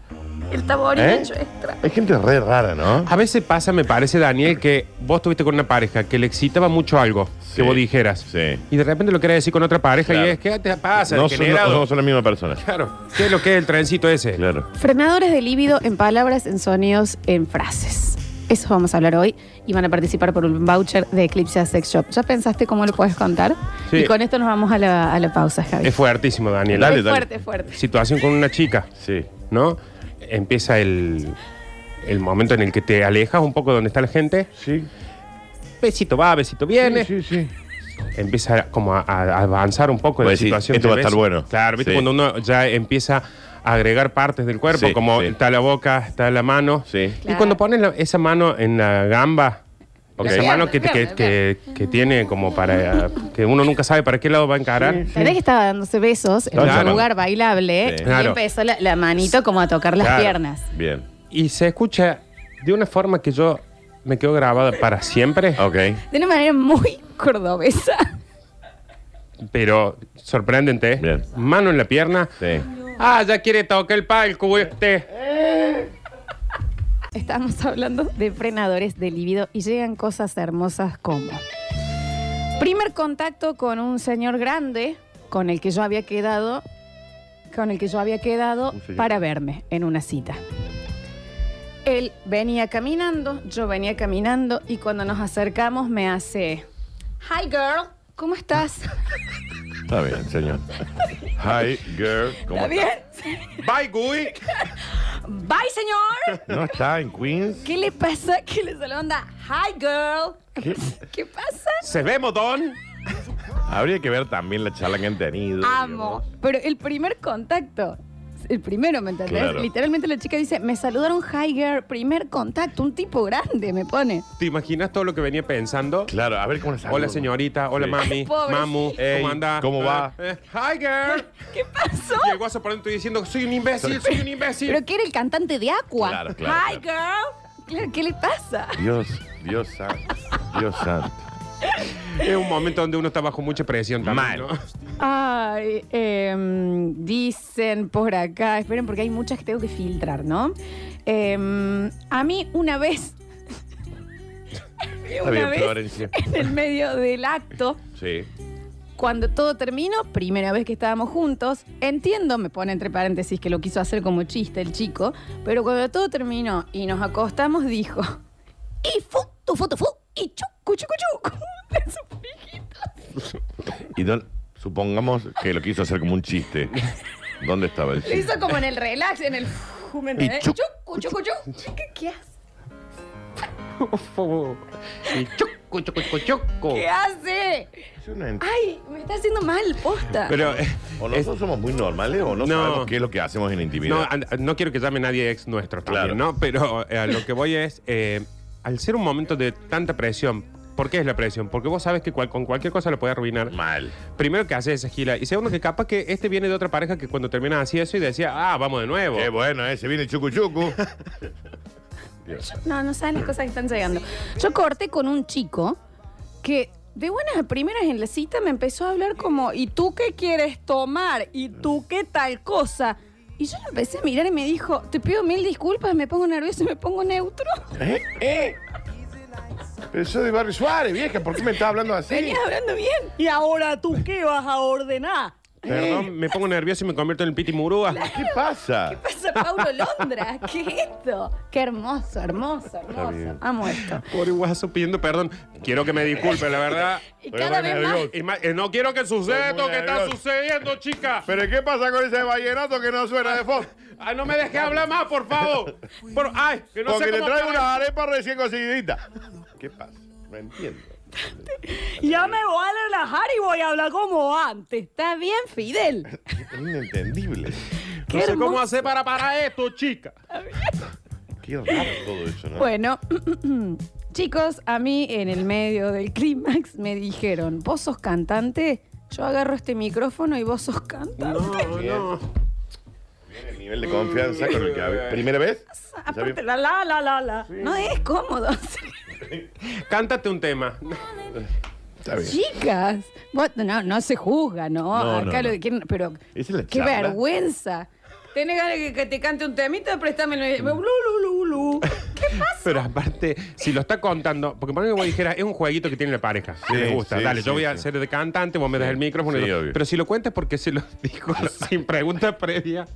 [SPEAKER 1] El taborín
[SPEAKER 3] ¿Eh?
[SPEAKER 1] hecho extra.
[SPEAKER 6] Hay gente re rara, ¿no?
[SPEAKER 3] A veces pasa, me parece, Daniel, que vos estuviste con una pareja que le excitaba mucho algo que vos dijeras. Y de repente lo querés decir con otra pareja y
[SPEAKER 6] Claro.
[SPEAKER 3] es, ¿qué te pasa?
[SPEAKER 6] No son,
[SPEAKER 3] degenerado?
[SPEAKER 6] no, no son la misma (laughs) persona.
[SPEAKER 3] Claro. ¿Qué es lo que es el trencito ese?
[SPEAKER 6] Claro.
[SPEAKER 1] Frenadores de líbido en palabras, en sonidos, en frases. Eso vamos a hablar hoy y van a participar por un voucher de Eclipse Sex Shop. ¿Ya pensaste cómo lo puedes contar?
[SPEAKER 3] Sí.
[SPEAKER 1] Y con esto nos vamos a la, a la pausa, Javi.
[SPEAKER 3] Es fuertísimo, Daniel.
[SPEAKER 1] Dale, Es dale. fuerte, fuerte.
[SPEAKER 3] Situación con una chica.
[SPEAKER 6] Sí.
[SPEAKER 3] ¿No? Empieza el, el momento en el que te alejas un poco de donde está la gente.
[SPEAKER 6] Sí.
[SPEAKER 3] Besito va, besito viene.
[SPEAKER 6] Sí, sí.
[SPEAKER 3] Empieza como a, a avanzar un poco en la
[SPEAKER 6] Vos decís,
[SPEAKER 3] situación.
[SPEAKER 6] esto
[SPEAKER 3] de
[SPEAKER 6] va a estar
[SPEAKER 3] beso.
[SPEAKER 6] bueno.
[SPEAKER 3] Claro, viste
[SPEAKER 6] Sí.
[SPEAKER 3] cuando uno ya empieza a agregar partes del cuerpo,
[SPEAKER 6] Sí,
[SPEAKER 3] como
[SPEAKER 6] sí.
[SPEAKER 3] está la boca, está la mano.
[SPEAKER 6] Sí.
[SPEAKER 3] Y cuando pones la- esa mano en la gamba,
[SPEAKER 6] Ok.
[SPEAKER 3] esa mano que,
[SPEAKER 1] Bien,
[SPEAKER 3] que-
[SPEAKER 1] bien,
[SPEAKER 3] que- que tiene como para. que uno nunca sabe para qué lado va a encarar.
[SPEAKER 1] La verdad que estaba dándose besos en
[SPEAKER 3] Claro.
[SPEAKER 1] un lugar bailable
[SPEAKER 3] Sí.
[SPEAKER 1] y
[SPEAKER 3] Claro.
[SPEAKER 1] empezó la, la manito como a tocar las
[SPEAKER 3] Claro.
[SPEAKER 1] piernas.
[SPEAKER 6] Ah, Bien.
[SPEAKER 3] Y se escucha de una forma que yo me quedo grabada para siempre.
[SPEAKER 6] Ok.
[SPEAKER 1] De una manera muy cordobesa.
[SPEAKER 3] Pero sorprendente. ¿eh? Mano en la pierna.
[SPEAKER 6] Sí.
[SPEAKER 3] Ah, ya quiere tocar el palco este.
[SPEAKER 1] Estamos (laughs) hablando de frenadores de libido y llegan cosas hermosas como primer contacto con un señor grande con el que yo había quedado con el que yo había quedado para verme en una cita. Él venía caminando, yo venía caminando y cuando nos acercamos me hace Hi girl,
[SPEAKER 12] ¿Cómo estás?
[SPEAKER 6] Está bien,
[SPEAKER 1] (laughs)
[SPEAKER 6] señor. Hi, girl. ¿Cómo
[SPEAKER 12] ¿Está bien?
[SPEAKER 6] Bye, Gui.
[SPEAKER 12] Bye, señor.
[SPEAKER 6] ¿No está en Queens?
[SPEAKER 12] ¿Qué le pasa? ¿Qué le sale onda? Hi, girl.
[SPEAKER 6] ¿Qué?
[SPEAKER 12] ¿Qué pasa?
[SPEAKER 6] ¿Se ve, Modón? Habría que ver también la charla que han tenido.
[SPEAKER 12] Amo. Pero el primer contacto. El primero, ¿me entendés?
[SPEAKER 6] Claro.
[SPEAKER 12] Literalmente la chica dice, me saludaron hi, girl. Primer contacto, un tipo grande, me pone.
[SPEAKER 3] ¿Te imaginas todo lo que venía pensando?
[SPEAKER 6] Claro, a ver cómo saludo.
[SPEAKER 3] Hola señorita, hola
[SPEAKER 6] Sí.
[SPEAKER 3] mami,
[SPEAKER 12] Pobre.
[SPEAKER 3] mamu,
[SPEAKER 6] Ey,
[SPEAKER 3] ¿cómo anda?
[SPEAKER 6] ¿cómo va?
[SPEAKER 3] Eh, eh, hi girl.
[SPEAKER 12] ¿Qué pasó?
[SPEAKER 3] Llegó a sorprender diciendo, soy un imbécil, soy un imbécil.
[SPEAKER 12] Pero que era el cantante de Aqua.
[SPEAKER 6] Claro, claro,
[SPEAKER 12] hi, girl. Claro, ¿qué le pasa?
[SPEAKER 6] Dios, Dios santo. Dios
[SPEAKER 12] (laughs)
[SPEAKER 6] santo.
[SPEAKER 3] Es un momento donde uno está bajo mucha presión también, ¿no?
[SPEAKER 12] Ay, em, dicen por acá, esperen porque hay muchas que tengo que filtrar, ¿no? Em, a mí una vez, (laughs)
[SPEAKER 6] Está
[SPEAKER 12] Una
[SPEAKER 6] bien,
[SPEAKER 12] vez-
[SPEAKER 6] Florencia.
[SPEAKER 12] en el medio del acto,
[SPEAKER 6] Sí.
[SPEAKER 12] cuando todo terminó, primera vez que estábamos juntos, entiendo, me pone entre paréntesis que lo quiso hacer como chiste el chico, pero cuando todo terminó y nos acostamos, dijo, y fu, tu fu, tu fu, y chucu, chucu, (laughs) chucu. En su
[SPEAKER 6] Y don- supongamos que lo quiso hacer como un chiste. ¿Dónde estaba
[SPEAKER 12] (laughs)
[SPEAKER 6] el
[SPEAKER 12] Lo
[SPEAKER 6] chiste?
[SPEAKER 12] hizo como en el relax, en el. ¿me entendés?
[SPEAKER 6] chuc,
[SPEAKER 12] Chucu, chucu, chucu. ¿Qué, qué hace?
[SPEAKER 3] Y choco, choco, choco, choco.
[SPEAKER 12] ¿Qué hace?
[SPEAKER 6] Yo no entiendo.
[SPEAKER 12] Ay, me está haciendo mal, posta.
[SPEAKER 3] Pero eh,
[SPEAKER 6] O nosotros somos muy normales o no,
[SPEAKER 3] No.
[SPEAKER 6] sabemos qué es lo que hacemos en la
[SPEAKER 3] no, ah,
[SPEAKER 6] intimidad.
[SPEAKER 3] an- no quiero que llame nadie ex nuestro también,
[SPEAKER 6] Claro.
[SPEAKER 3] ¿no? Pero eh, a lo que voy es, eh, al ser un momento de tanta presión, ¿por qué es la presión? Porque vos sabes que cual- con cualquier cosa lo puede arruinar.
[SPEAKER 6] Mal.
[SPEAKER 3] Primero que hace esa gila. Y segundo que capaz que este viene de otra pareja que cuando termina así eso y decía, ah, vamos de nuevo.
[SPEAKER 6] Qué bueno, ¿eh? Se viene el chucu
[SPEAKER 3] (laughs)
[SPEAKER 6] chucu.
[SPEAKER 12] No, no saben las cosas que están llegando. Yo corté con un chico que de buenas a primeras en la cita me empezó a hablar como, ¿y tú qué quieres tomar? ¿Y tú qué tal cosa? Y yo lo empecé a mirar y me dijo, te pido mil disculpas, me pongo nervioso, me pongo neutro. (laughs)
[SPEAKER 6] ¿Eh? ¿Eh? Pero soy de Barrio Suárez, vieja, ¿por qué me está hablando así?
[SPEAKER 12] Venías hablando bien. ¿Y ahora tú qué vas a ordenar?
[SPEAKER 3] Perdón, me pongo nervioso y me convierto en el piti murúa.
[SPEAKER 6] ¿Qué pasa?
[SPEAKER 12] pasa Paulo Londra? (laughs) ¿Qué es esto? Qué hermoso, hermoso, hermoso.
[SPEAKER 6] bien.
[SPEAKER 12] Amo esto.
[SPEAKER 3] Pobre guaso pidiendo perdón. Quiero que me disculpe, la verdad.
[SPEAKER 12] Y
[SPEAKER 6] Pero
[SPEAKER 12] cada
[SPEAKER 6] bueno,
[SPEAKER 12] vez más.
[SPEAKER 6] adiós.
[SPEAKER 3] Y ma- eh, no quiero que suceda
[SPEAKER 6] Estoy
[SPEAKER 3] esto
[SPEAKER 6] muy
[SPEAKER 3] que está
[SPEAKER 6] nervioso.
[SPEAKER 3] sucediendo, chica.
[SPEAKER 6] ¿Pero qué pasa con ese vallenato que no suena de fondo?
[SPEAKER 3] Ay, no me dejes hablar más, por favor. Por- ay, que no
[SPEAKER 6] Porque
[SPEAKER 3] sé
[SPEAKER 6] le
[SPEAKER 3] cómo
[SPEAKER 6] traigo
[SPEAKER 3] tragar.
[SPEAKER 6] una arepa recién cocidita. ¿Qué pasa? No entiendo.
[SPEAKER 12] Ya me voy a relajar y voy a hablar como antes. Está bien, Fidel.
[SPEAKER 6] Es inentendible.
[SPEAKER 12] Qué
[SPEAKER 3] No sé cómo
[SPEAKER 12] hermoso.
[SPEAKER 3] hacer para parar esto, chica.
[SPEAKER 6] Qué raro todo eso, ¿no?
[SPEAKER 12] (laughs) Bueno, (clears throat) chicos, a mí en el medio del clímax me dijeron, vos sos cantante, yo agarro este micrófono y vos sos cantante. (laughs)
[SPEAKER 6] no. El nivel de confianza con el que había. ¿Primera vez? Ya
[SPEAKER 12] Aparte,
[SPEAKER 6] vi-
[SPEAKER 12] la la la la la. No es cómodo. (laughs)
[SPEAKER 3] Cántate un tema.
[SPEAKER 6] Está bien.
[SPEAKER 12] Chicas, vos- no, no se juzga, ¿no?
[SPEAKER 6] No, no,
[SPEAKER 12] Acá lo
[SPEAKER 6] no.
[SPEAKER 12] que quieren, pero
[SPEAKER 6] Esa es la
[SPEAKER 12] qué
[SPEAKER 6] charla.
[SPEAKER 12] vergüenza. ¿Tenés ganas de que te cante un temita? Préstame el... Lu, lu, lu, lu. ¿Qué pasa?
[SPEAKER 3] Pero aparte, si lo está contando, porque por que vos dijeras, es un jueguito que tiene la pareja.
[SPEAKER 6] Sí,
[SPEAKER 3] me gusta.
[SPEAKER 6] sí,
[SPEAKER 3] Dale, yo
[SPEAKER 6] sí,
[SPEAKER 3] voy a
[SPEAKER 6] sí.
[SPEAKER 3] ser de cantante, vos me das el micrófono. y
[SPEAKER 6] sí,
[SPEAKER 3] yo-
[SPEAKER 6] obvio.
[SPEAKER 3] pero si lo cuentas porque se lo
[SPEAKER 6] (laughs)
[SPEAKER 3] dijo sin pregunta previa.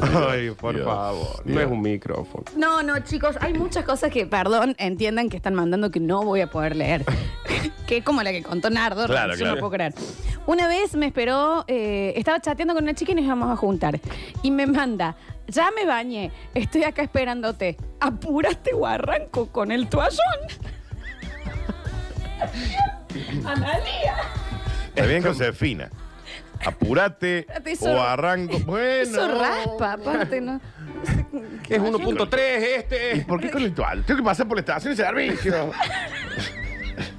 [SPEAKER 3] Ay, por
[SPEAKER 6] Dios,
[SPEAKER 3] favor. No
[SPEAKER 6] Oh, Dios.
[SPEAKER 3] es un micrófono.
[SPEAKER 12] No, no, chicos, hay muchas cosas que, perdón, entiendan que están mandando que no voy a poder
[SPEAKER 6] (laughs)
[SPEAKER 12] leer. que es como la que contó Nardo,
[SPEAKER 6] Claro,
[SPEAKER 12] yo
[SPEAKER 6] claro.
[SPEAKER 12] no puedo creer. Una vez me esperó, eh, estaba chateando con una chica y nos íbamos a juntar. Y me manda, ya me bañé, estoy acá esperándote. Apúrate o arranco con el toallón.
[SPEAKER 6] (laughs)
[SPEAKER 12] Analía.
[SPEAKER 6] Está bien, Josefina. Apurate
[SPEAKER 12] Espérate, eso-
[SPEAKER 6] o arranco. Bueno.
[SPEAKER 12] Eso raspa, aparte, ¿no?
[SPEAKER 3] Es 1.3 este.
[SPEAKER 6] ¿Y por qué con el toal? Tengo que pasar por la estación de servicio.
[SPEAKER 3] este.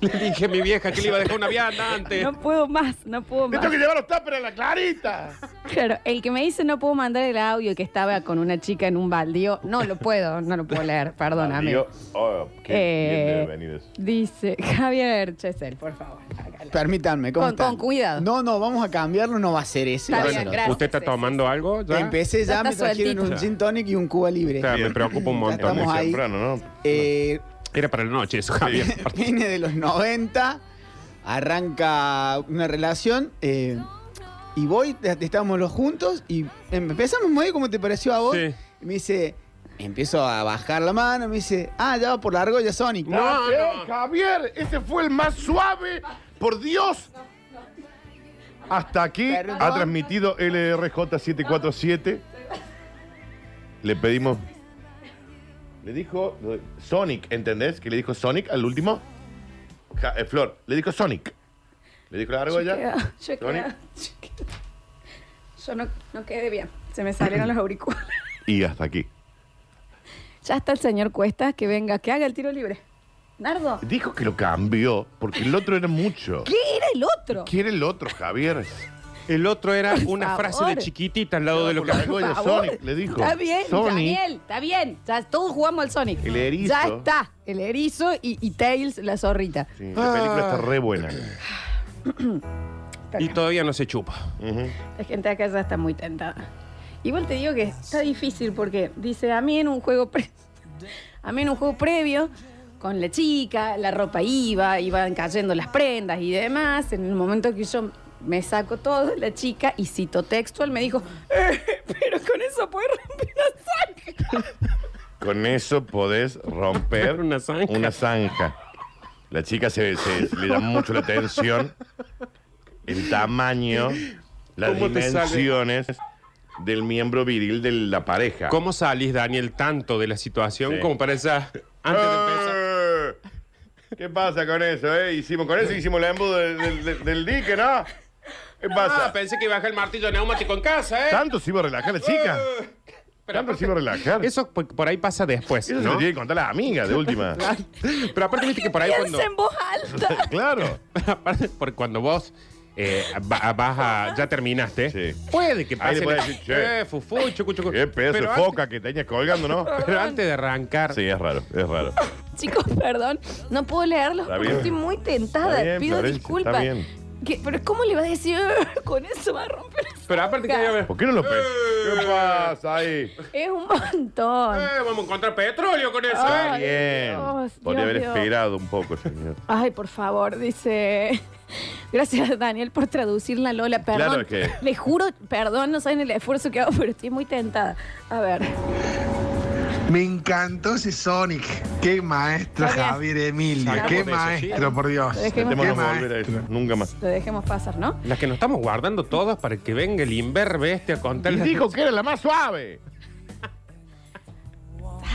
[SPEAKER 3] Le dije a mi vieja que le iba a dejar una vianda antes.
[SPEAKER 12] No puedo más, no puedo
[SPEAKER 6] Le
[SPEAKER 12] más.
[SPEAKER 6] tengo que llevar los tuppers a la clarita.
[SPEAKER 12] Claro, el que me dice no puedo mandar el audio que estaba con una chica en un baldío, no lo puedo, no lo puedo leer, perdóname.
[SPEAKER 6] Digo, oh, qué bien
[SPEAKER 12] Eh,
[SPEAKER 6] debe venir eso.
[SPEAKER 12] Dice Javier Chesel, por favor. acá la-
[SPEAKER 10] Permítanme, ¿cómo
[SPEAKER 12] Con-
[SPEAKER 10] están?
[SPEAKER 12] con cuidado.
[SPEAKER 10] No, no, vamos a cambiarlo, no va a ser ese.
[SPEAKER 12] Está
[SPEAKER 10] va a
[SPEAKER 12] bien,
[SPEAKER 10] ser otro.
[SPEAKER 12] gracias.
[SPEAKER 3] ¿Usted está
[SPEAKER 12] sí,
[SPEAKER 3] tomando algo? ¿Ya?
[SPEAKER 10] Empecé
[SPEAKER 12] Ya
[SPEAKER 10] ya,
[SPEAKER 12] está
[SPEAKER 10] me trajeron
[SPEAKER 12] sueltito.
[SPEAKER 10] un gin tonic y un Cuba Libre.
[SPEAKER 3] O sea, me preocupa un
[SPEAKER 10] Ya
[SPEAKER 3] montón.
[SPEAKER 10] estamos
[SPEAKER 6] Muy
[SPEAKER 10] ahí.
[SPEAKER 6] temprano, ¿no?
[SPEAKER 10] Eh,
[SPEAKER 3] Era para la noche eso, Javier.
[SPEAKER 10] (laughs) viene de los 90, arranca una relación eh, em, y voy, estábamos los juntos y empezamos muy bien como te pareció a vos.
[SPEAKER 3] Sí.
[SPEAKER 10] Y me dice, Empiezo a bajar la mano, me dice, ah, ya va por la argolla Sonic.
[SPEAKER 6] No, no, Javier, ese fue el más suave, por Dios. Hasta aquí ha transmitido LRJ747. Le pedimos. Le dijo lo de Sonic, ¿entendés? Que le dijo Sonic al último. Ja- eh, Flor, le dijo Sonic. Le dijo la argolla.
[SPEAKER 12] Yo, quedo- yo
[SPEAKER 6] Sonic.
[SPEAKER 12] quedo- yo no, no quedé bien. Se me salieron los auriculares.
[SPEAKER 13] Y hasta aquí.
[SPEAKER 12] Ya está el señor Cuesta, que venga, que haga el tiro libre. Nardo,
[SPEAKER 6] Dijo que lo cambió porque el otro era mucho.
[SPEAKER 12] ¿qué era el otro?
[SPEAKER 6] ¿Qué era el otro, Javier?
[SPEAKER 3] El otro era
[SPEAKER 12] Por
[SPEAKER 3] una frase
[SPEAKER 12] favor.
[SPEAKER 3] de chiquitita al lado de lo que
[SPEAKER 6] Por favor. Sonic, le dijo.
[SPEAKER 12] Está bien,
[SPEAKER 6] Sonic.
[SPEAKER 12] Daniel, está bien. Ya todos jugamos al Sonic.
[SPEAKER 6] El erizo.
[SPEAKER 12] Ya está. El erizo y, y Tails, la zorrita.
[SPEAKER 6] Sí, La película está re buena.
[SPEAKER 3] Y todavía no se chupa.
[SPEAKER 12] La gente acá ya está muy tentada. Igual te digo que está difícil porque dice, a mí en un juego pre- (laughs) a mí en un juego previo, con la chica, la ropa iba, iban cayendo las prendas y demás. En el momento que yo me saco todo, la chica, y cito textual, me dijo, "Eh, pero con eso puedes romper una saca.
[SPEAKER 6] Con eso podés romper una zanja. La chica se, se- se le llama mucho la atención, el tamaño, las
[SPEAKER 3] ¿Cómo te sale?
[SPEAKER 6] dimensiones del miembro viril de la pareja.
[SPEAKER 3] ¿Cómo salís, Daniel, tanto de la situación
[SPEAKER 6] Sí. Eh,
[SPEAKER 3] como para esa... Antes de
[SPEAKER 6] de empezar. ¿Qué pasa con eso, eh? Hicimos con eso, hicimos el embudo del, del- del- del dique, ¿no? ¿Qué pasa?
[SPEAKER 3] Ah, pensé que iba a bajar el martillo neumático en casa, ¿eh?
[SPEAKER 6] Tanto se iba a relajar la chica. Tanto se iba a relajar.
[SPEAKER 3] Eso por, por ahí pasa después,
[SPEAKER 6] Eso se
[SPEAKER 3] ¿no?
[SPEAKER 6] lo tiene que contar la amiga, de última.
[SPEAKER 3] (laughs) Pero aparte viste que por ahí cuando...
[SPEAKER 12] Piensa en voz
[SPEAKER 6] (laughs)
[SPEAKER 12] alta.
[SPEAKER 6] claro.
[SPEAKER 3] (laughs) aparte, porque cuando vos eh, va- vas a... Ya terminaste. Puede que
[SPEAKER 6] Ahí
[SPEAKER 3] pase...
[SPEAKER 6] le podés decir, che.
[SPEAKER 3] Eh, fufu, chucu, chucu.
[SPEAKER 6] Qué pedazo de
[SPEAKER 3] Pero
[SPEAKER 6] foca que tenías colgando, ¿no?
[SPEAKER 3] Pero antes de arrancar...
[SPEAKER 6] Sí, es raro, es raro.
[SPEAKER 12] Chicos, perdón, no puedo leerlos
[SPEAKER 6] Está
[SPEAKER 12] porque
[SPEAKER 6] bien.
[SPEAKER 12] estoy muy tentada.
[SPEAKER 6] Está bien,
[SPEAKER 12] Pido
[SPEAKER 6] Florencia,
[SPEAKER 12] disculpas.
[SPEAKER 6] está bien.
[SPEAKER 12] ¿Qué- Pero ¿cómo le vas a decir, (laughs) "Eh, con eso va a romper
[SPEAKER 6] (laughs)
[SPEAKER 12] una
[SPEAKER 3] Pero aparte que
[SPEAKER 12] saca"?
[SPEAKER 3] había-
[SPEAKER 6] ¿Por qué no lo pe... ¿Qué pasa ahí?
[SPEAKER 12] Es un montón.
[SPEAKER 3] Eh, vamos a encontrar petróleo con eso.
[SPEAKER 12] Ay,
[SPEAKER 6] Bien.
[SPEAKER 12] Dios,
[SPEAKER 6] Podría
[SPEAKER 12] Dios,
[SPEAKER 6] haber
[SPEAKER 12] Dios.
[SPEAKER 6] esperado un poco, señor.
[SPEAKER 12] Ay, por favor, dice. (laughs) Gracias, Daniel, por traducir la Lola.
[SPEAKER 6] Claro
[SPEAKER 12] Perdón.
[SPEAKER 6] que-
[SPEAKER 12] Les juro, perdón, no saben el esfuerzo que hago, pero estoy muy tentada. A ver.
[SPEAKER 14] Me encantó ese Sonic. Qué maestro
[SPEAKER 12] Está bien.
[SPEAKER 14] Javier Emilio.
[SPEAKER 3] Salgamos
[SPEAKER 14] Qué
[SPEAKER 3] de eso,
[SPEAKER 14] maestro,
[SPEAKER 3] ¿sí?
[SPEAKER 14] por Dios.
[SPEAKER 12] Dejemos-
[SPEAKER 14] Qué
[SPEAKER 12] Dejémonos
[SPEAKER 14] maestro.
[SPEAKER 6] Volver a eso, nunca más.
[SPEAKER 12] Lo dejemos pasar, ¿no?
[SPEAKER 3] Las que nos estamos guardando todas para que venga el imberbe este a contar.
[SPEAKER 6] Y dijo que era la más suave.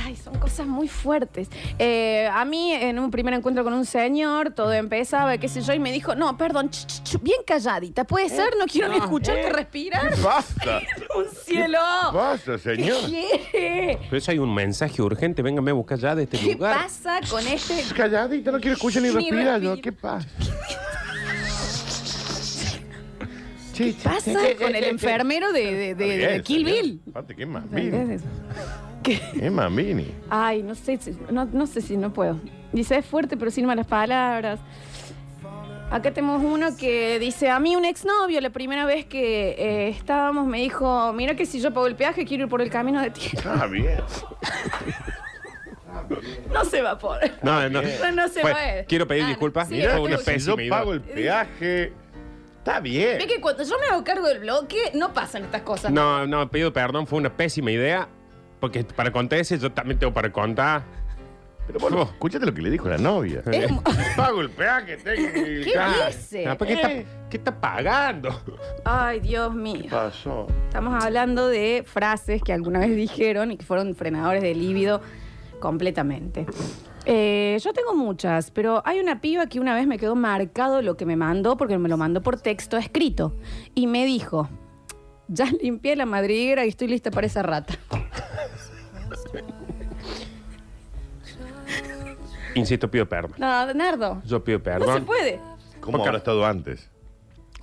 [SPEAKER 12] Ay, son cosas muy fuertes. Eh, a mí, en un primer encuentro con un señor, todo empezaba, qué sé yo, y me dijo, no, perdón, ch, ch, ch, bien calladita, puede ser, no quiero ni
[SPEAKER 6] no,
[SPEAKER 12] escucharte respirar. (laughs)
[SPEAKER 6] Basta.
[SPEAKER 12] ¡Un cielo!
[SPEAKER 6] Basta, señor.
[SPEAKER 12] ¿Qué quiere?
[SPEAKER 3] Por eso pues, hay un mensaje urgente, véngame a buscar ya de este
[SPEAKER 12] ¿Qué
[SPEAKER 3] lugar.
[SPEAKER 12] pasa con este?
[SPEAKER 6] Calladita, no quiero escuchar ni
[SPEAKER 12] Ni
[SPEAKER 6] respirar. yo.
[SPEAKER 12] respiro.
[SPEAKER 6] ¿Qué pasa?
[SPEAKER 12] ¿Qué pasa con el enfermero de, de- de- de
[SPEAKER 6] Bien,
[SPEAKER 12] Kill
[SPEAKER 6] señor.
[SPEAKER 12] Bill?
[SPEAKER 6] Aparte, qué
[SPEAKER 12] ¿Entendés
[SPEAKER 6] mambini.
[SPEAKER 12] eso?
[SPEAKER 6] Qué mambini.
[SPEAKER 12] Ay, no sé, si- no, no sé si no puedo. Dice, es fuerte, pero sin malas palabras. Acá tenemos uno que dice, a mí un exnovio, la primera vez que eh, estábamos, me dijo, mira que si yo pago el peaje, quiero ir por el camino de tierra.
[SPEAKER 6] Ah, bien.
[SPEAKER 12] (laughs) No se va a poder.
[SPEAKER 3] No, no.
[SPEAKER 12] No, no se
[SPEAKER 3] Bueno,
[SPEAKER 12] puede.
[SPEAKER 3] Quiero pedir
[SPEAKER 12] Ah,
[SPEAKER 3] disculpas.
[SPEAKER 12] sí,
[SPEAKER 3] Mirá,
[SPEAKER 12] es
[SPEAKER 3] fue una
[SPEAKER 12] algo que-
[SPEAKER 3] pésima
[SPEAKER 6] Yo
[SPEAKER 3] idea.
[SPEAKER 6] pago el peaje. Está
[SPEAKER 12] Ve
[SPEAKER 6] bien.
[SPEAKER 12] que cuando yo me hago cargo del bloque, no pasan estas cosas.
[SPEAKER 3] No, no, pido perdón, fue una pésima idea. Porque para contar ese, yo también tengo para contar.
[SPEAKER 6] Pero bueno, escúchate lo que le dijo la novia.
[SPEAKER 12] Es-
[SPEAKER 6] Pago el peaje, tengo que-
[SPEAKER 12] ¿Qué
[SPEAKER 6] Ah,
[SPEAKER 12] dice?
[SPEAKER 3] Ah, ¿por ¿Qué, está, ¿Qué está
[SPEAKER 6] (laughs)
[SPEAKER 3] pagando?
[SPEAKER 12] Ay, Dios mío.
[SPEAKER 6] Pasó.
[SPEAKER 12] Estamos hablando de frases que alguna vez dijeron y que fueron frenadores de líbido completamente. Eh, yo tengo muchas, pero hay una piba que una vez me quedó marcado lo que me mandó porque me lo mandó por texto escrito y me dijo, ya limpié la madriguera y estoy lista para esa rata.
[SPEAKER 3] Insisto, pido perdón.
[SPEAKER 12] No, Nardo,
[SPEAKER 3] Yo pido
[SPEAKER 12] no se
[SPEAKER 3] perdón.
[SPEAKER 12] puede.
[SPEAKER 6] ¿Cómo habrá estado antes?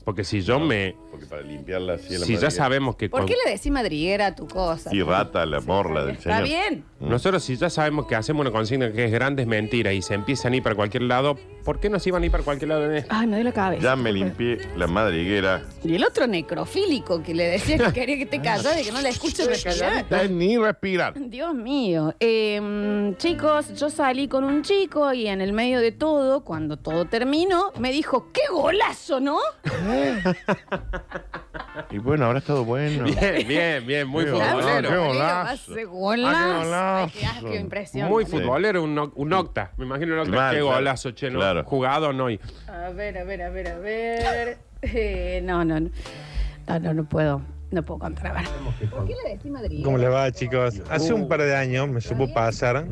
[SPEAKER 3] porque si yo me.
[SPEAKER 6] Porque para limpiarla así
[SPEAKER 3] Si ya
[SPEAKER 6] a la madriguera.
[SPEAKER 3] sabemos que.
[SPEAKER 12] ¿Por
[SPEAKER 3] con-
[SPEAKER 12] qué le decís madriguera a tu cosa?
[SPEAKER 6] Y rata la morla del
[SPEAKER 12] Está
[SPEAKER 6] señor.
[SPEAKER 12] bien.
[SPEAKER 3] Nosotros si ya sabemos que hacemos una consigna que es grandes mentiras y se empiezan a ir para cualquier lado, ¿por qué no se iban a ir para cualquier lado en este?
[SPEAKER 12] (laughs)
[SPEAKER 3] esto?
[SPEAKER 12] Ay, me doy la cabeza.
[SPEAKER 6] Ya me limpié la madriguera.
[SPEAKER 12] Y el otro necrofílico que le decía que quería que te callas y que no la escuche respirar.
[SPEAKER 6] Ni respirar.
[SPEAKER 12] Dios mío.
[SPEAKER 1] Em,
[SPEAKER 12] Eh, chicos, yo salí con un chico y en el medio de todo, cuando todo terminó, me dijo, ¡qué golazo, ¿no? Y bueno, ahora ha estado bueno.
[SPEAKER 3] Bien, bien, bien, muy
[SPEAKER 12] Qué golazo,
[SPEAKER 3] futbolero.
[SPEAKER 12] qué
[SPEAKER 1] Golazo.
[SPEAKER 12] golazo.
[SPEAKER 1] Hace golazo. Ay, qué asco, impresión.
[SPEAKER 3] Muy
[SPEAKER 1] Sí.
[SPEAKER 3] futbolero, un, noc- un octa. Me imagino un octa.
[SPEAKER 12] Claro,
[SPEAKER 3] qué
[SPEAKER 12] claro.
[SPEAKER 3] golazo, che, ¿no?
[SPEAKER 12] Claro.
[SPEAKER 3] Jugado no. y-
[SPEAKER 1] A ver, a ver, a ver, a ver. (laughs) Eh, no, no, no. No, no, no puedo. No puedo contrabar. ¿Por qué le decís Madrid?
[SPEAKER 15] ¿Cómo les va, chicos? Hace
[SPEAKER 3] uh,
[SPEAKER 15] un par de años me supo pasar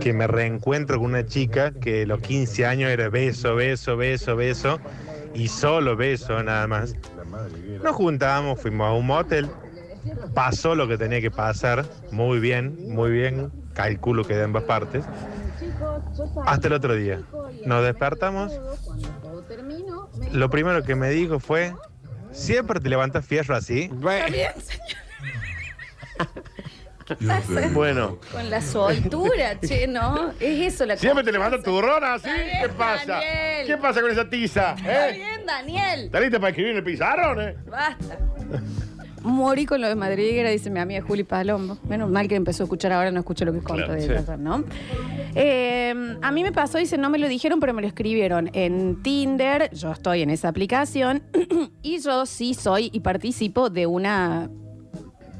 [SPEAKER 15] que me reencuentro con una chica que a los 15 años era beso, beso, beso, beso y solo beso nada más. Nos juntábamos, fuimos a un motel, pasó lo que tenía que pasar, muy bien, muy bien, calculo que de ambas partes. Hasta el otro día. Nos despertamos. Lo primero que me dijo fue, siempre te levantas fierro así.
[SPEAKER 6] (laughs)
[SPEAKER 12] Bueno.
[SPEAKER 1] Con la soltura, che, ¿no? Es eso la
[SPEAKER 12] Siempre te levantas turrón así. ¿Qué pasa?
[SPEAKER 1] Daniel.
[SPEAKER 12] ¿Qué pasa con esa tiza?
[SPEAKER 1] Está
[SPEAKER 12] ¿Eh?
[SPEAKER 1] bien, Daniel.
[SPEAKER 12] ¿Estás lista para escribir en el pizarrón, eh?
[SPEAKER 1] Basta. Morí con lo de Madriguera, dice mi amiga Juli Palombo. Menos mal que empezó a escuchar ahora, no escucho lo que contó
[SPEAKER 16] Claro,
[SPEAKER 1] de
[SPEAKER 16] sí.
[SPEAKER 1] ella, ¿no? Eh, a mí me pasó, dice, no me lo dijeron, pero me lo escribieron en Tinder. Yo estoy en esa
[SPEAKER 12] (clears throat)
[SPEAKER 1] aplicación y yo sí soy y participo de una.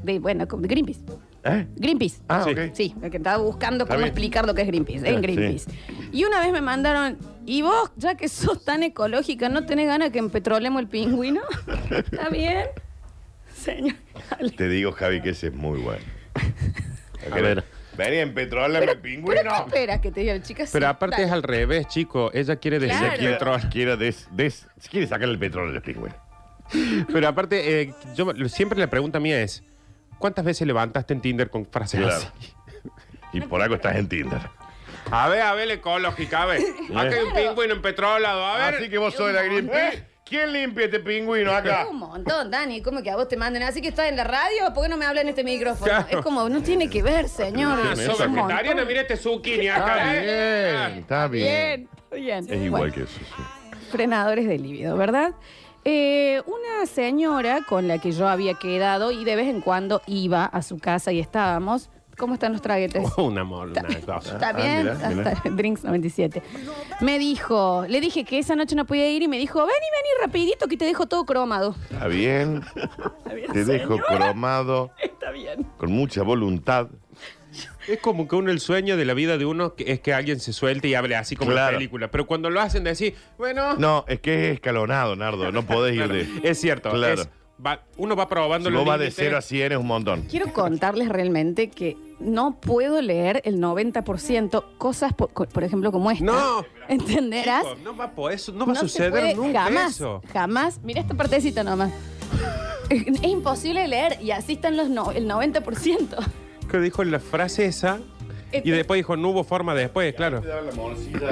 [SPEAKER 1] de, bueno, de Greenpeace.
[SPEAKER 12] ¿Eh?
[SPEAKER 1] Greenpeace.
[SPEAKER 12] Ah,
[SPEAKER 1] sí.
[SPEAKER 12] ok.
[SPEAKER 1] Sí, el que estaba buscando
[SPEAKER 12] Está
[SPEAKER 1] cómo
[SPEAKER 12] bien.
[SPEAKER 1] explicar lo que es
[SPEAKER 6] Eh,
[SPEAKER 1] Greenpeace.
[SPEAKER 12] Ah,
[SPEAKER 1] En Greenpeace. Y una vez me mandaron, y vos, ya que sos tan ecológica, ¿no tenés ganas que empetrolemos el pingüino? (laughs) ¿Está bien? Señor.
[SPEAKER 6] Te digo, Javi, que ese es muy
[SPEAKER 1] (laughs)
[SPEAKER 6] bueno.
[SPEAKER 3] A ver.
[SPEAKER 6] Vení en Petróleo,
[SPEAKER 1] Pero-
[SPEAKER 6] mi pingüino.
[SPEAKER 1] ¿Pero qué esperas que te digan, chicas?
[SPEAKER 3] Pero aparte es al revés, chico. Ella quiere decir
[SPEAKER 1] Claro.
[SPEAKER 3] que
[SPEAKER 6] (laughs) Quiere, quiere des- des- quiere sacar el petróleo del pingüino.
[SPEAKER 3] Pero aparte, eh, yo siempre la pregunta mía es: ¿cuántas veces levantaste en Tinder con frases
[SPEAKER 6] Claro.
[SPEAKER 3] así?
[SPEAKER 6] Y por algo estás en Tinder.
[SPEAKER 3] A ver, a ver, ecológica, a ver. Acá hay un pingüino en petróleo, a ver.
[SPEAKER 12] Así que vos sos de la Greenpeace. ¿Quién limpia este pingüino
[SPEAKER 6] Ah.
[SPEAKER 12] acá?
[SPEAKER 1] Un montón, Dani, ¿cómo que a vos te manden? Así que estás en la radio, ¿por qué no me hablan en este micrófono?
[SPEAKER 3] Claro.
[SPEAKER 1] Es como, no tiene que ver, señor.
[SPEAKER 3] Ah,
[SPEAKER 1] Es un
[SPEAKER 3] sos
[SPEAKER 6] ¿eh?
[SPEAKER 3] vegetariana,
[SPEAKER 1] montón.
[SPEAKER 3] mira este zucchini
[SPEAKER 12] Está
[SPEAKER 3] acá. ¿eh?
[SPEAKER 12] bien, está bien.
[SPEAKER 1] Bien, bien.
[SPEAKER 6] Es igual que eso.
[SPEAKER 1] frenadores de libido, ¿verdad? Eh, una señora con la que yo había quedado y de vez en cuando iba a su casa y estábamos. ¿Cómo están los traguetes?
[SPEAKER 6] (laughs)
[SPEAKER 3] Un amor, una cosa.
[SPEAKER 1] Está bien, hasta (laughs) Drinks 97. Me dijo, le dije que esa noche no podía ir y me dijo, ven y vení rapidito que te dejo todo cromado.
[SPEAKER 6] Está bien. Te dejo cromado.
[SPEAKER 1] Está bien.
[SPEAKER 6] Con mucha voluntad.
[SPEAKER 3] Es como que uno el sueño de la vida de uno que- es que alguien se suelte y hable así como en
[SPEAKER 6] Claro.
[SPEAKER 3] película. Pero cuando lo hacen decís, bueno,
[SPEAKER 6] No, es que es escalonado, Nardo. No podés ir de.
[SPEAKER 3] es cierto.
[SPEAKER 6] Claro.
[SPEAKER 3] es- va- uno va probando
[SPEAKER 6] Si
[SPEAKER 3] los
[SPEAKER 6] vos vas de
[SPEAKER 3] límites.
[SPEAKER 6] 0 a 100 es un montón.
[SPEAKER 3] (laughs)
[SPEAKER 1] Quiero contarles realmente que no puedo leer el 90% cosas, por, por ejemplo, como esta.
[SPEAKER 3] No.
[SPEAKER 1] (laughs) ¿Entenderás?
[SPEAKER 3] Chicos, No va, a poder- no va a
[SPEAKER 1] Ah. se puede
[SPEAKER 3] suceder nunca
[SPEAKER 1] jamás,
[SPEAKER 3] eso.
[SPEAKER 1] Jamás. Mira esta partecita nomás. (laughs) Es imposible leer y así están los no- el 90%.
[SPEAKER 3] Que dijo la frase esa
[SPEAKER 1] Eh,
[SPEAKER 3] y después dijo, no hubo forma después, claro.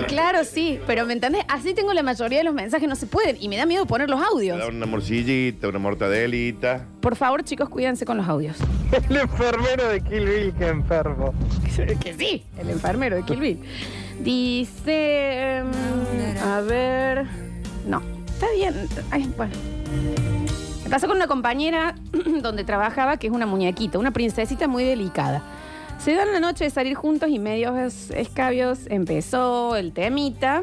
[SPEAKER 1] Claro, sí, pero ¿me entendés? Así tengo la mayoría de los mensajes, no se pueden y me da miedo poner los
[SPEAKER 6] Te
[SPEAKER 1] audios.
[SPEAKER 6] dan una morcillita, una mortadelita.
[SPEAKER 1] Por favor, chicos, cuídense con los audios.
[SPEAKER 6] (laughs) El enfermero de Kill Bill que enfermo.
[SPEAKER 1] que sí, el enfermero de Kill Bill. Dice, mm, a ver, no, está bien. Ay, bueno. Me pasó con una compañera (clears throat) donde trabajaba que es una muñequita, una princesita muy delicada. Se dan la noche de salir juntos y medios escabios empezó el temita.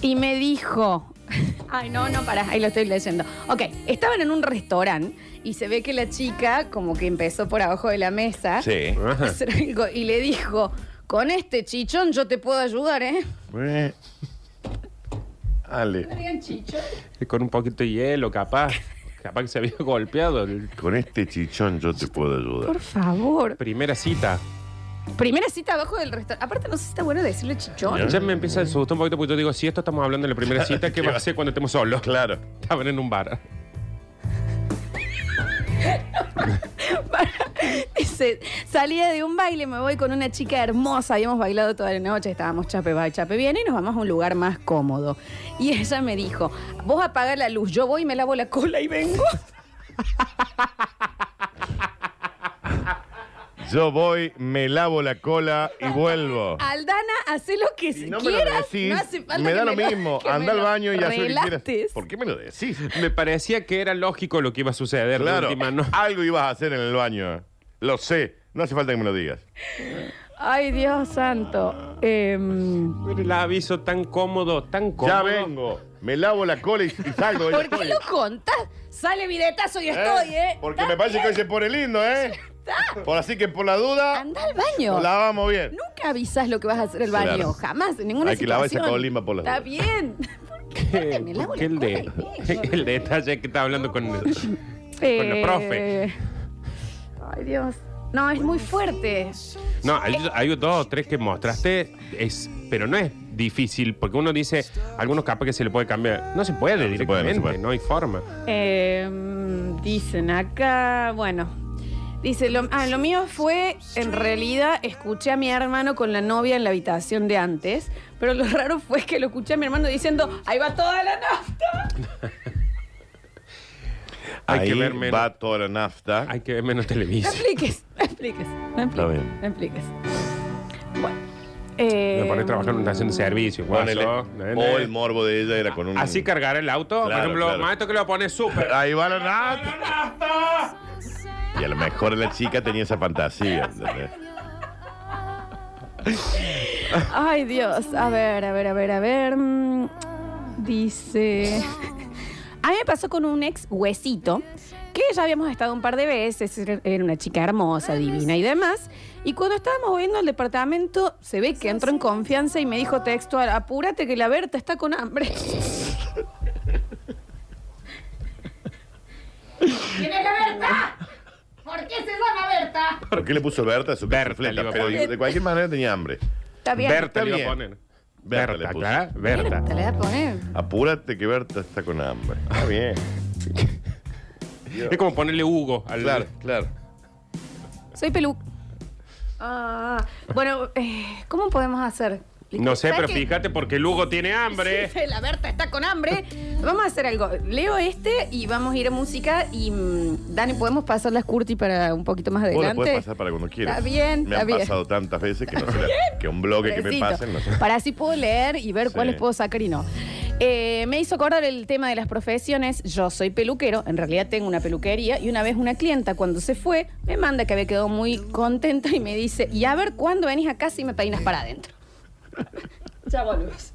[SPEAKER 1] Y me dijo, (laughs) Ay, no, no, pará, ahí lo estoy leyendo. Ok, estaban en un restaurante y se ve que la chica como que empezó por abajo de la mesa.
[SPEAKER 6] Sí.
[SPEAKER 1] Se lo digo, Y le dijo, con este chichón yo te puedo ayudar, ¿eh?
[SPEAKER 6] Eh. Ale.
[SPEAKER 3] Con un poquito de hielo, capaz. Capaz que se había (laughs) golpeado. el-
[SPEAKER 6] Con este chichón yo te puedo ayudar.
[SPEAKER 1] Por favor.
[SPEAKER 3] Primera cita.
[SPEAKER 1] Primera cita abajo del restaurante. Aparte, no sé si está bueno decirle chichón.
[SPEAKER 3] Ah, Ya me empieza a asustar un poquito porque yo digo, si esto estamos hablando en la (laughs) primera cita, ¿qué va a ser cuando estemos solos?
[SPEAKER 6] Claro.
[SPEAKER 3] Estaban en un bar.
[SPEAKER 1] Dice, salía de un baile, me voy con una chica hermosa, habíamos bailado toda la noche, estábamos chape va, chape viene y nos vamos a un lugar más cómodo. Y ella me dijo, vos apagá la luz, yo voy y me lavo la cola y
[SPEAKER 6] (laughs)
[SPEAKER 1] vengo.
[SPEAKER 6] Yo voy, me lavo la cola y
[SPEAKER 1] (laughs)
[SPEAKER 6] vuelvo.
[SPEAKER 1] Aldana, hacé lo que Ah, si
[SPEAKER 6] No me lo
[SPEAKER 1] quieras.
[SPEAKER 6] decís.
[SPEAKER 1] no hace falta
[SPEAKER 6] me da
[SPEAKER 1] que
[SPEAKER 6] lo
[SPEAKER 1] me
[SPEAKER 6] mismo.
[SPEAKER 1] (laughs) que
[SPEAKER 6] Anda
[SPEAKER 1] me
[SPEAKER 6] al
[SPEAKER 1] lo
[SPEAKER 6] baño y haz lo que quieras.
[SPEAKER 1] relates.
[SPEAKER 6] ¿Por qué me lo decís?
[SPEAKER 3] Me parecía que era lógico lo que iba a suceder. de
[SPEAKER 6] Claro.
[SPEAKER 3] última, ¿no?
[SPEAKER 6] Algo ibas a hacer en el baño. Lo sé. No hace falta que me lo digas.
[SPEAKER 1] Ay, Dios santo. Em,
[SPEAKER 3] Mira El aviso tan cómodo, tan cómodo.
[SPEAKER 6] vengo. Me lavo la cola y, y salgo de la
[SPEAKER 12] ¿Por qué
[SPEAKER 6] cola.
[SPEAKER 12] lo contás? Sale videtazo y estoy, ¿eh?
[SPEAKER 6] Porque me parece que hoy se pone lindo, ¿eh? Por así que por la duda.
[SPEAKER 12] Anda al baño.
[SPEAKER 6] Nos lavamos bien.
[SPEAKER 12] Nunca avisás lo que vas a hacer el baño.
[SPEAKER 6] Claro.
[SPEAKER 12] Jamás, en ninguna
[SPEAKER 6] Hay que lavar esa
[SPEAKER 12] situación.
[SPEAKER 6] colima por las (laughs)
[SPEAKER 12] Está bien. Me lavo
[SPEAKER 3] ¿Qué el, de- (laughs) el detalle que está hablando con el, con el
[SPEAKER 12] Eh,
[SPEAKER 3] profe.
[SPEAKER 12] Ay, Dios. No, es muy fuerte.
[SPEAKER 3] No, hay, hay dos o tres que mostraste, es, pero no es difícil, porque uno dice, algunos capas que se le puede cambiar. No se puede directamente, no, hay forma.
[SPEAKER 12] Eh, dicen acá, bueno. Dice, lo, ah, lo mío fue, en realidad, escuché a mi hermano con la novia en la habitación de antes, pero lo (laughs) raro fue que lo escuché a mi hermano diciendo, ahí va toda la nafta.
[SPEAKER 3] Hay
[SPEAKER 6] Ahí
[SPEAKER 3] que ver menos.
[SPEAKER 6] va toda la nafta.
[SPEAKER 3] Hay que ver menos
[SPEAKER 12] No
[SPEAKER 3] televisión.
[SPEAKER 12] expliques, no expliques, no
[SPEAKER 6] Está
[SPEAKER 12] expliques,
[SPEAKER 6] bien.
[SPEAKER 12] no expliques. Bueno. eh,
[SPEAKER 3] Me pone a trabajar en una estación de servicio.
[SPEAKER 6] Ponele.
[SPEAKER 3] guaso.
[SPEAKER 6] O el morbo de ella era con un.
[SPEAKER 3] Así cargar el auto, por
[SPEAKER 6] Claro,
[SPEAKER 3] ejemplo,
[SPEAKER 6] claro.
[SPEAKER 3] maestro que lo pone súper.
[SPEAKER 6] Ahí va la nafta. Y a lo mejor la chica tenía esa fantasía. ¿entendés?
[SPEAKER 12] Ay, Dios. A ver, a ver, a ver, a ver. Mm, Dice. A mí me pasó con un ex huesito, que ya habíamos estado un par de veces, era era una chica hermosa, divina y demás. Y cuando estábamos viendo el departamento, se ve que entró en confianza y me dijo textual, apúrate que la Berta está con hambre. (laughs)
[SPEAKER 17] ¿Quién es la Berta? ¿Por qué se llama Berta?
[SPEAKER 6] ¿Por qué le puso Berta a su
[SPEAKER 3] le iba
[SPEAKER 6] fleta?
[SPEAKER 3] a
[SPEAKER 6] Pero
[SPEAKER 3] poner.
[SPEAKER 6] digo, de cualquier manera tenía hambre.
[SPEAKER 12] Está bien.
[SPEAKER 3] Berta
[SPEAKER 6] Está
[SPEAKER 3] le iba
[SPEAKER 6] bien.
[SPEAKER 3] a poner.
[SPEAKER 6] Berta, le puso.
[SPEAKER 3] Berta.
[SPEAKER 12] Te le da a poner.
[SPEAKER 6] Apúrate que Berta está con hambre. Está bien.
[SPEAKER 3] Es como ponerle Hugo al.
[SPEAKER 6] Claro, claro.
[SPEAKER 12] Soy pelu. Ah, bueno, eh, ¿cómo podemos hacer?
[SPEAKER 3] No sé,
[SPEAKER 12] ¿Sabes
[SPEAKER 3] pero
[SPEAKER 12] qué?
[SPEAKER 3] fíjate porque el Hugo tiene hambre.
[SPEAKER 12] (laughs) Sí, la Berta está con hambre. Vamos a hacer algo. Leo este y vamos a ir a música. Y mm, Dani, ¿podemos pasar las curti para un poquito más
[SPEAKER 6] Vos la podés
[SPEAKER 12] adelante?
[SPEAKER 6] pasar para cuando quieras.
[SPEAKER 12] Está bien,
[SPEAKER 6] Me
[SPEAKER 12] está
[SPEAKER 6] han
[SPEAKER 12] bien.
[SPEAKER 6] pasado tantas veces que no sé la- que un bloque que me
[SPEAKER 12] Pobrecito.
[SPEAKER 6] pasen. No sé.
[SPEAKER 12] Para así puedo leer y ver cuáles puedo sacar y no. Eh, me hizo acordar el tema de las profesiones. Yo soy peluquero, en realidad tengo una peluquería y una vez una clienta cuando se fue me manda que había quedado muy contenta y me dice, y a ver cuándo venís acá si me peinas para adentro. ya volvemos.